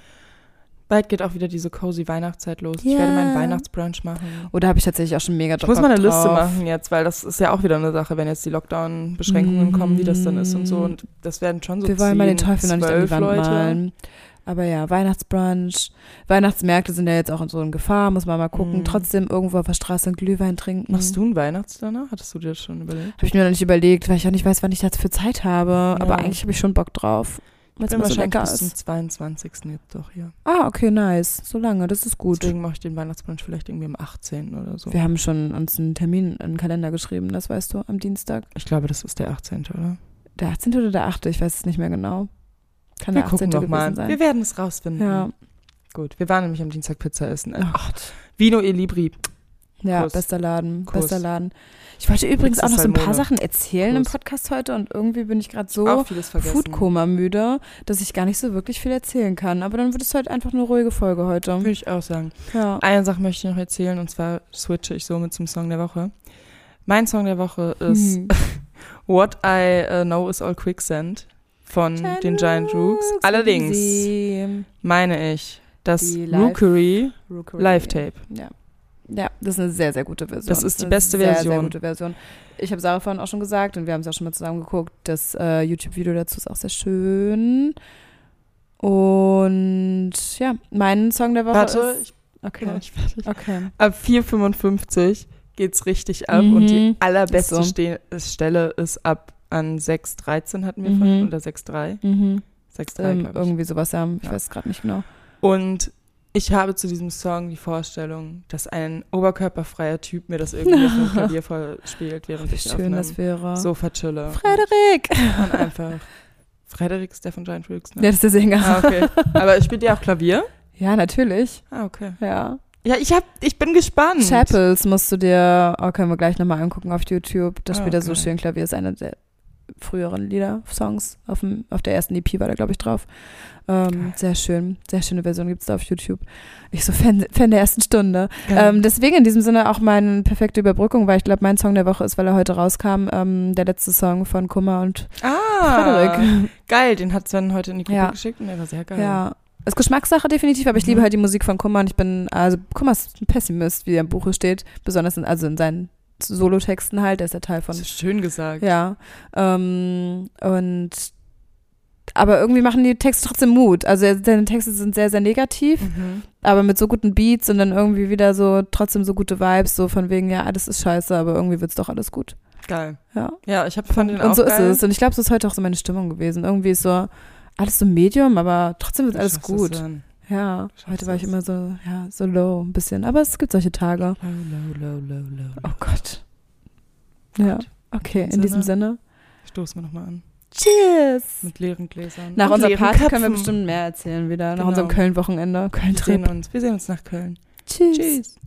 Speaker 2: Bald geht auch wieder diese cozy Weihnachtszeit los. Ich werde
Speaker 1: Ja.
Speaker 2: meinen Weihnachtsbrunch machen.
Speaker 1: Oder habe ich tatsächlich auch schon mega
Speaker 2: Ich muss mal
Speaker 1: Bock
Speaker 2: eine Liste
Speaker 1: drauf.
Speaker 2: machen jetzt, weil das ist ja auch wieder eine Sache, wenn jetzt die Lockdown-Beschränkungen kommen, wie das dann ist und so. Und das werden schon so
Speaker 1: wir wollen mal den
Speaker 2: 10,
Speaker 1: Teufel noch nicht an die
Speaker 2: 12
Speaker 1: Wand
Speaker 2: Leute.
Speaker 1: malen. Aber ja, Weihnachtsbrunch, Weihnachtsmärkte sind ja jetzt auch in so in Gefahr, muss man mal gucken.
Speaker 2: Mhm.
Speaker 1: Trotzdem irgendwo auf der Straße einen Glühwein trinken.
Speaker 2: Machst du einen Weihnachtsdonner? Hattest du dir das schon überlegt?
Speaker 1: Habe ich mir noch nicht überlegt, weil ich auch nicht weiß, wann ich dafür Zeit habe.
Speaker 2: Ja.
Speaker 1: Aber eigentlich habe ich schon Bock drauf. Weil es
Speaker 2: bin
Speaker 1: immer so
Speaker 2: wahrscheinlich
Speaker 1: lecker
Speaker 2: bis zum
Speaker 1: ist.
Speaker 2: 22. jetzt doch hier.
Speaker 1: Ah, okay, nice. So lange, das ist gut.
Speaker 2: Deswegen mache ich den Weihnachtsbrunch vielleicht irgendwie am 18. oder so.
Speaker 1: Wir haben schon uns einen Termin in den Kalender geschrieben, das weißt du, am Dienstag.
Speaker 2: Ich glaube, das ist der 18. oder?
Speaker 1: Der 18. oder der 8.? Ich weiß es nicht mehr genau. Kann
Speaker 2: Wir
Speaker 1: der 18.
Speaker 2: gucken doch
Speaker 1: gewesen
Speaker 2: mal. Wir
Speaker 1: sein.
Speaker 2: werden es rausfinden.
Speaker 1: Ja,
Speaker 2: Gut, wir waren nämlich am Dienstag Pizza essen.
Speaker 1: Oh
Speaker 2: Ach, Vino e Libri.
Speaker 1: ja
Speaker 2: Kuss.
Speaker 1: bester Laden,
Speaker 2: Kuss.
Speaker 1: bester Laden. Ich wollte übrigens
Speaker 2: Nächste
Speaker 1: auch noch so ein paar
Speaker 2: Salmone.
Speaker 1: Sachen erzählen im
Speaker 2: Kuss.
Speaker 1: Podcast heute und irgendwie bin ich gerade so
Speaker 2: Auch vieles vergessen.
Speaker 1: Foodkoma müde, dass ich gar nicht so wirklich viel erzählen kann. Aber dann wird es halt einfach eine ruhige Folge heute.
Speaker 2: Würde ich auch sagen.
Speaker 1: Ja.
Speaker 2: Eine Sache möchte ich noch erzählen und zwar switche ich somit zum Song der Woche. Mein Song der Woche ist
Speaker 1: Hm.
Speaker 2: What I äh, Know Is All Quicksand von den Giant Rooks. Allerdings
Speaker 1: Die
Speaker 2: meine ich das
Speaker 1: Die Live-
Speaker 2: Rookery
Speaker 1: Rookery.
Speaker 2: Live-Tape.
Speaker 1: Ja. ja, das ist eine sehr, sehr gute Version.
Speaker 2: Das ist die
Speaker 1: Eine
Speaker 2: beste
Speaker 1: sehr, Sehr
Speaker 2: Version.
Speaker 1: gute Version. Ich habe Sarah vorhin auch schon gesagt und wir haben es auch schon mal zusammen geguckt. Das äh, YouTube-Video dazu ist auch sehr schön. Und ja, mein Song der Woche
Speaker 2: Warte,
Speaker 1: ist.
Speaker 2: ich bin noch
Speaker 1: Okay.
Speaker 2: nicht fertig.
Speaker 1: Okay.
Speaker 2: Ab 4,55 geht's richtig ab
Speaker 1: Mhm.
Speaker 2: und die allerbeste
Speaker 1: So.
Speaker 2: Ste Stelle ist ab an 6,13 hatten wir
Speaker 1: Mhm.
Speaker 2: vorhin oder 6,3.
Speaker 1: Mhm.
Speaker 2: 6,3
Speaker 1: Ähm,
Speaker 2: glaub ich.
Speaker 1: irgendwie sowas, ja. Ich
Speaker 2: Ja.
Speaker 1: weiß es gerade nicht genau.
Speaker 2: Und ich habe zu diesem Song die Vorstellung, dass ein oberkörperfreier Typ mir das irgendwie auf dem Klavier vorspielt, während
Speaker 1: Wie
Speaker 2: ich auf
Speaker 1: schön
Speaker 2: einem
Speaker 1: das wäre.
Speaker 2: Sofa chille.
Speaker 1: Frederik!
Speaker 2: Und einfach. Frederik ist der von Giant Rooks,
Speaker 1: Ja,
Speaker 2: ne?
Speaker 1: das ist der Sänger.
Speaker 2: Ah, okay. Aber spielt ihr auch Klavier?
Speaker 1: Ja, natürlich.
Speaker 2: Ah, okay.
Speaker 1: Ja.
Speaker 2: Ja, ich, hab, ich bin gespannt.
Speaker 1: Chapels musst du dir, oh, können wir gleich nochmal angucken auf YouTube. Da
Speaker 2: Ah,
Speaker 1: spielt er so
Speaker 2: okay.
Speaker 1: schön Klavier, ist einer der früheren Lieder, Songs. Auf, dem, auf der ersten EP war der, glaube ich, drauf. Ähm,
Speaker 2: Geil.
Speaker 1: sehr schön, sehr schöne Version gibt es da auf YouTube. Ich so Fan, Fan der ersten Stunde.
Speaker 2: Geil.
Speaker 1: Ähm, deswegen in diesem Sinne auch meine perfekte Überbrückung, weil ich glaube, mein Song der Woche ist, weil er heute rauskam, ähm, der letzte Song von Kummer und
Speaker 2: ah,
Speaker 1: Frederik.
Speaker 2: Geil, den hat Sven heute in die Gruppe
Speaker 1: Ja.
Speaker 2: geschickt und der war sehr geil.
Speaker 1: Ja, Ist Geschmackssache definitiv, aber ich
Speaker 2: Mhm.
Speaker 1: liebe halt die Musik von Kummer und ich bin, also Kummer ist ein Pessimist, wie er im Buche steht, besonders in, also in seinen Solotexten halt, der ist ja Teil von
Speaker 2: Das ist schön gesagt.
Speaker 1: Ja. Ähm, und aber irgendwie machen die Texte trotzdem Mut. Also er- seine Texte sind sehr, sehr negativ,
Speaker 2: Mhm.
Speaker 1: aber mit so guten Beats und dann irgendwie wieder so trotzdem so gute Vibes, so von wegen, ja, alles ist scheiße, aber irgendwie wird's doch alles gut.
Speaker 2: Geil.
Speaker 1: Ja.
Speaker 2: Ja, ich habe von den auch
Speaker 1: und so ist
Speaker 2: geil.
Speaker 1: es. Und ich glaube, so ist heute auch so meine Stimmung gewesen. Irgendwie ist so alles so Medium, aber trotzdem wird
Speaker 2: Du
Speaker 1: alles
Speaker 2: schaffst
Speaker 1: gut.
Speaker 2: es dann.
Speaker 1: Ja.
Speaker 2: schaffst
Speaker 1: Heute war ich
Speaker 2: es.
Speaker 1: immer so, ja, so low ein bisschen. Aber es gibt solche Tage.
Speaker 2: Low, low, low, low, low.
Speaker 1: Oh Gott. Ja. Okay, in diesem Sinne.
Speaker 2: Stoßen wir nochmal an.
Speaker 1: Cheers!
Speaker 2: Mit leeren Gläsern.
Speaker 1: Nach
Speaker 2: Und
Speaker 1: unserer
Speaker 2: leeren
Speaker 1: Party
Speaker 2: Köpfen.
Speaker 1: können wir bestimmt mehr erzählen wieder. Nach
Speaker 2: Genau.
Speaker 1: unserem Köln-Wochenende.
Speaker 2: Wir sehen
Speaker 1: Köln-Trip.
Speaker 2: uns. Wir sehen uns nach Köln.
Speaker 1: Tschüss.
Speaker 2: Tschüss.